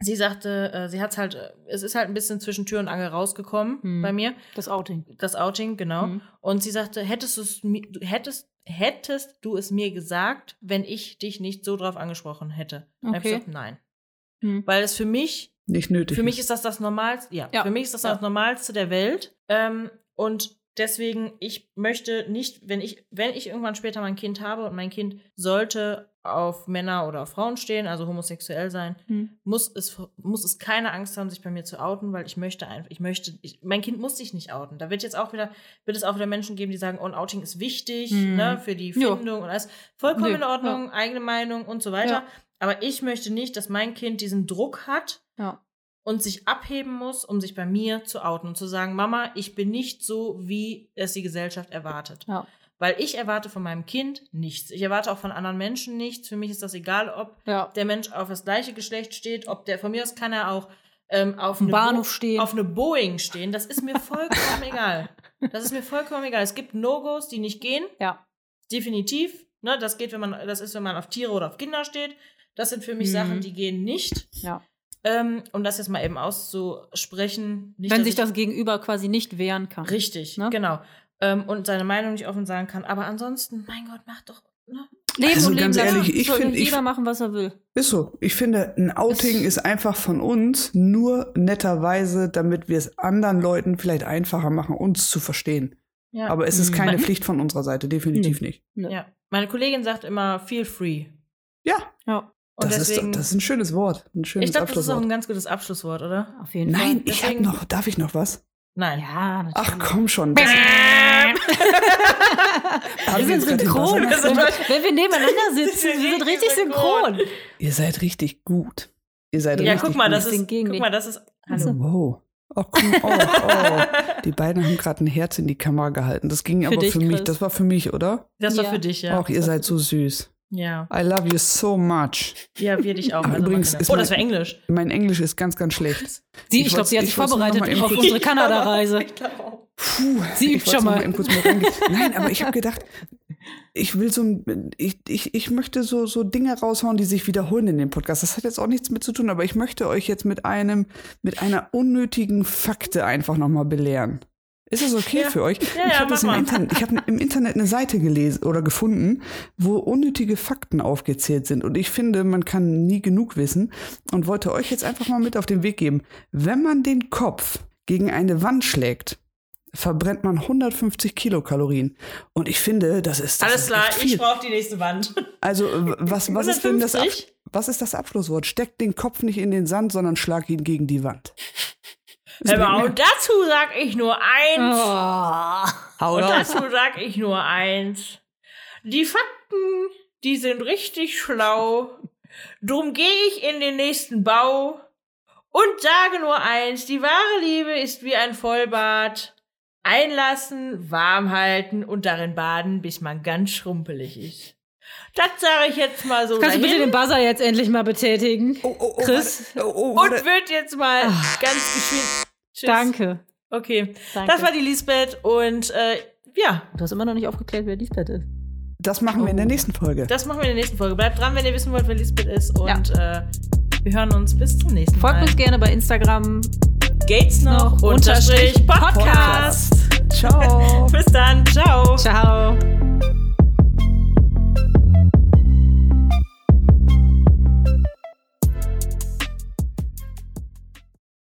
Speaker 3: sie sagte, äh, sie hat's halt, äh, es ist halt ein bisschen zwischen Tür und Angel rausgekommen
Speaker 1: Hm.
Speaker 3: bei mir,
Speaker 1: Das Outing.
Speaker 3: das Outing, genau.
Speaker 2: Hm.
Speaker 1: Mhm.
Speaker 3: Und sie sagte, hättest du es mi- du hättest, hättest du es mir gesagt, wenn ich dich nicht so drauf angesprochen hätte? Dann hab ich
Speaker 1: Okay.
Speaker 3: gesagt, nein.
Speaker 1: Hm.
Speaker 3: Weil es für mich
Speaker 2: Nicht nötig.
Speaker 3: für mich ist das das Normalste. Ja,
Speaker 1: Ja.
Speaker 3: für mich ist das
Speaker 1: Ja.
Speaker 3: das Normalste der Welt. Ähm, und deswegen, ich möchte nicht, wenn ich, wenn ich irgendwann später mein Kind habe und mein Kind sollte auf Männer oder auf Frauen stehen, also homosexuell sein,
Speaker 1: Hm.
Speaker 3: muss es, muss es keine Angst haben, sich bei mir zu outen, weil ich möchte einfach, ich möchte, ich, mein Kind muss sich nicht outen. Da wird jetzt auch wieder, wird es auch wieder Menschen geben, die sagen, oh, ein Outing ist wichtig,
Speaker 1: Mhm.
Speaker 3: ne, für die
Speaker 1: Ja.
Speaker 3: Findung und alles. Vollkommen
Speaker 1: Nee,
Speaker 3: in Ordnung, eigene Meinung und so weiter.
Speaker 1: Ja.
Speaker 3: Aber ich möchte nicht, dass mein Kind diesen Druck hat,
Speaker 1: Ja.
Speaker 3: und sich abheben muss, um sich bei mir zu outen und zu sagen, Mama, ich bin nicht so, wie es die Gesellschaft erwartet.
Speaker 1: Ja.
Speaker 3: Weil ich erwarte von meinem Kind nichts. Ich erwarte auch von anderen Menschen nichts. Für mich ist das egal, ob
Speaker 1: Ja.
Speaker 3: der Mensch auf das gleiche Geschlecht steht, ob der von mir aus kann er auch ähm, auf,
Speaker 1: Auf dem
Speaker 3: eine
Speaker 1: Bahnhof
Speaker 3: Bo-
Speaker 1: stehen.
Speaker 3: auf eine Boeing stehen. Das ist mir
Speaker 1: <laughs>
Speaker 3: vollkommen egal. Das ist mir vollkommen egal. Es gibt No-Gos, die nicht gehen.
Speaker 1: Ja.
Speaker 3: Definitiv. Ne, das geht, wenn man, das ist, wenn man auf Tiere oder auf Kinder steht. Das sind für mich
Speaker 1: Mhm.
Speaker 3: Sachen, die gehen nicht.
Speaker 1: Ja.
Speaker 3: Ähm, um das jetzt mal eben auszusprechen. Nicht,
Speaker 1: wenn
Speaker 3: dass
Speaker 1: sich
Speaker 3: ich-
Speaker 1: das Gegenüber quasi nicht wehren kann.
Speaker 3: Richtig,
Speaker 1: Ne?
Speaker 3: genau. Ähm, und seine Meinung nicht offen sagen kann. Aber ansonsten, mein Gott, mach doch. Ne?
Speaker 1: Leben
Speaker 2: Also
Speaker 1: und Leben
Speaker 2: ganz
Speaker 1: lassen.
Speaker 2: ehrlich, ich
Speaker 1: Soll
Speaker 2: find- ich-
Speaker 1: jeder machen, was er will.
Speaker 2: Ist so. Ich finde, ein Outing ist einfach von uns nur netterweise, damit wir es anderen Leuten vielleicht einfacher machen, uns zu verstehen.
Speaker 3: Ja.
Speaker 2: Aber es ist keine
Speaker 1: Mhm.
Speaker 2: Pflicht von unserer Seite, definitiv nicht.
Speaker 3: ja. Meine Kollegin sagt immer, feel free.
Speaker 2: Ja,
Speaker 1: Ja,
Speaker 3: Und
Speaker 2: das,
Speaker 3: deswegen.
Speaker 2: ist, das ist ein schönes Wort. Ein schönes
Speaker 3: ich glaube, das ist auch
Speaker 2: Abschlusswort.
Speaker 3: ein ganz gutes Abschlusswort, oder?
Speaker 1: auf jeden
Speaker 2: Nein,
Speaker 1: Fall.
Speaker 2: ich habe
Speaker 3: Deswegen-
Speaker 2: noch, darf ich noch was?
Speaker 3: Nein.
Speaker 1: Ja, natürlich.
Speaker 2: Ach komm schon. Das haben wir
Speaker 1: wir
Speaker 2: jetzt
Speaker 1: sind
Speaker 2: gerade
Speaker 1: synchron.
Speaker 2: den Buzzer-
Speaker 3: Wir
Speaker 1: Wenn
Speaker 3: sind
Speaker 1: wir, wenn wir nebeneinander sitzen,
Speaker 3: Wir sind
Speaker 1: wir sind richtig
Speaker 3: synchron.
Speaker 1: synchron.
Speaker 2: Ihr seid richtig gut. Ihr seid
Speaker 3: Ja,
Speaker 2: richtig
Speaker 3: guck mal,
Speaker 2: gut.
Speaker 3: das
Speaker 1: Deswegen
Speaker 3: ist.
Speaker 1: gegen
Speaker 3: Guck
Speaker 1: den-
Speaker 3: mal, das ist. Hallo.
Speaker 2: Wow. Oh, komm, oh, oh.
Speaker 3: <laughs>
Speaker 2: Die beiden haben gerade ein Herz in die Kamera gehalten. Das ging
Speaker 1: Für
Speaker 2: aber
Speaker 1: dich,
Speaker 2: für mich.
Speaker 1: Chris.
Speaker 2: Das war für mich, oder?
Speaker 3: Das war
Speaker 1: Ja.
Speaker 3: für dich, ja.
Speaker 2: Ach, ihr seid so süß.
Speaker 3: Ja.
Speaker 2: I love you so much.
Speaker 3: Ja,
Speaker 2: <laughs>
Speaker 3: wir dich auch.
Speaker 2: Ach,
Speaker 3: Also
Speaker 2: übrigens
Speaker 3: Martina.
Speaker 2: ist
Speaker 3: oh, das war
Speaker 2: mein- <laughs>
Speaker 3: Englisch.
Speaker 2: Mein Englisch ist ganz, ganz schlecht.
Speaker 1: Sie,
Speaker 2: Ich
Speaker 1: ich, glaube, sie hat sich
Speaker 2: wollt's- ich wollt's nur
Speaker 1: vorbereitet
Speaker 2: mal eben
Speaker 1: auf
Speaker 2: kurz-
Speaker 1: unsere <laughs> Kanada-Reise.
Speaker 2: Puh,
Speaker 1: Sie
Speaker 2: ich
Speaker 1: übt schon
Speaker 2: wollte noch
Speaker 1: mal.
Speaker 2: eben kurz mit reingehen. Nein, aber ich habe gedacht, ich will so ein, ich, ich, ich möchte so, so Dinge raushauen, die sich wiederholen in dem Podcast. Das hat jetzt auch nichts mit zu tun, aber ich möchte euch jetzt mit einem, mit einer unnötigen Fakte einfach nochmal belehren. Ist das okay
Speaker 3: Ja.
Speaker 2: für euch?
Speaker 3: Ja,
Speaker 2: ich
Speaker 3: ja,
Speaker 2: habe das im
Speaker 3: mach mal.
Speaker 2: Internet, ich habe im Internet eine Seite gelesen oder gefunden, wo unnötige Fakten aufgezählt sind. Und ich finde, man kann nie genug wissen und wollte euch jetzt einfach mal mit auf den Weg geben. Wenn man den Kopf gegen eine Wand schlägt, verbrennt man 150 Kilokalorien. Und ich finde, das ist das
Speaker 3: Alles
Speaker 2: ist
Speaker 3: klar,
Speaker 2: echt
Speaker 3: ich
Speaker 2: viel.
Speaker 3: brauche die nächste Wand.
Speaker 2: Also
Speaker 3: <laughs>
Speaker 2: äh, was, was ist denn das? Ab
Speaker 3: 150?
Speaker 2: was ist das Abschlusswort? Steck den Kopf nicht in den Sand, sondern schlag ihn gegen die Wand.
Speaker 3: <laughs> Hör mal, und dazu sag ich nur
Speaker 1: Oh.
Speaker 3: eins.
Speaker 2: Hau
Speaker 3: Und
Speaker 2: raus.
Speaker 3: dazu sag ich nur eins. Die Fakten, die sind richtig schlau. Drum gehe ich in den nächsten Bau und sage nur eins. Die wahre Liebe ist wie ein Vollbad. Einlassen, warm halten und darin baden, bis man ganz schrumpelig ist. Das sage ich jetzt mal so
Speaker 1: Kannst du bitte
Speaker 3: dahin
Speaker 1: den Buzzer jetzt endlich mal betätigen?
Speaker 2: Oh, oh, oh,
Speaker 1: Chris?
Speaker 2: warte. Oh, oh,
Speaker 3: und
Speaker 2: warte.
Speaker 3: wird jetzt mal ganz geschwind. Tschüss.
Speaker 1: Ah. Danke.
Speaker 3: Okay,
Speaker 1: Danke.
Speaker 3: das war die Lisbeth und äh, ja,
Speaker 1: du hast immer noch nicht aufgeklärt, wer Lisbeth ist.
Speaker 2: das machen wir in der nächsten Folge.
Speaker 3: Das machen wir in der nächsten Folge. Bleibt dran, wenn ihr wissen wollt, wer Lisbeth ist. Und äh, wir hören uns bis zum nächsten
Speaker 1: Folgt
Speaker 3: Mal.
Speaker 1: uns gerne bei Instagram.
Speaker 3: Gates noch,
Speaker 1: noch,
Speaker 3: unterstrich
Speaker 1: unterstrich
Speaker 3: Podcast. <laughs>
Speaker 2: Ciao.
Speaker 3: Bis dann. Ciao.
Speaker 1: Ciao.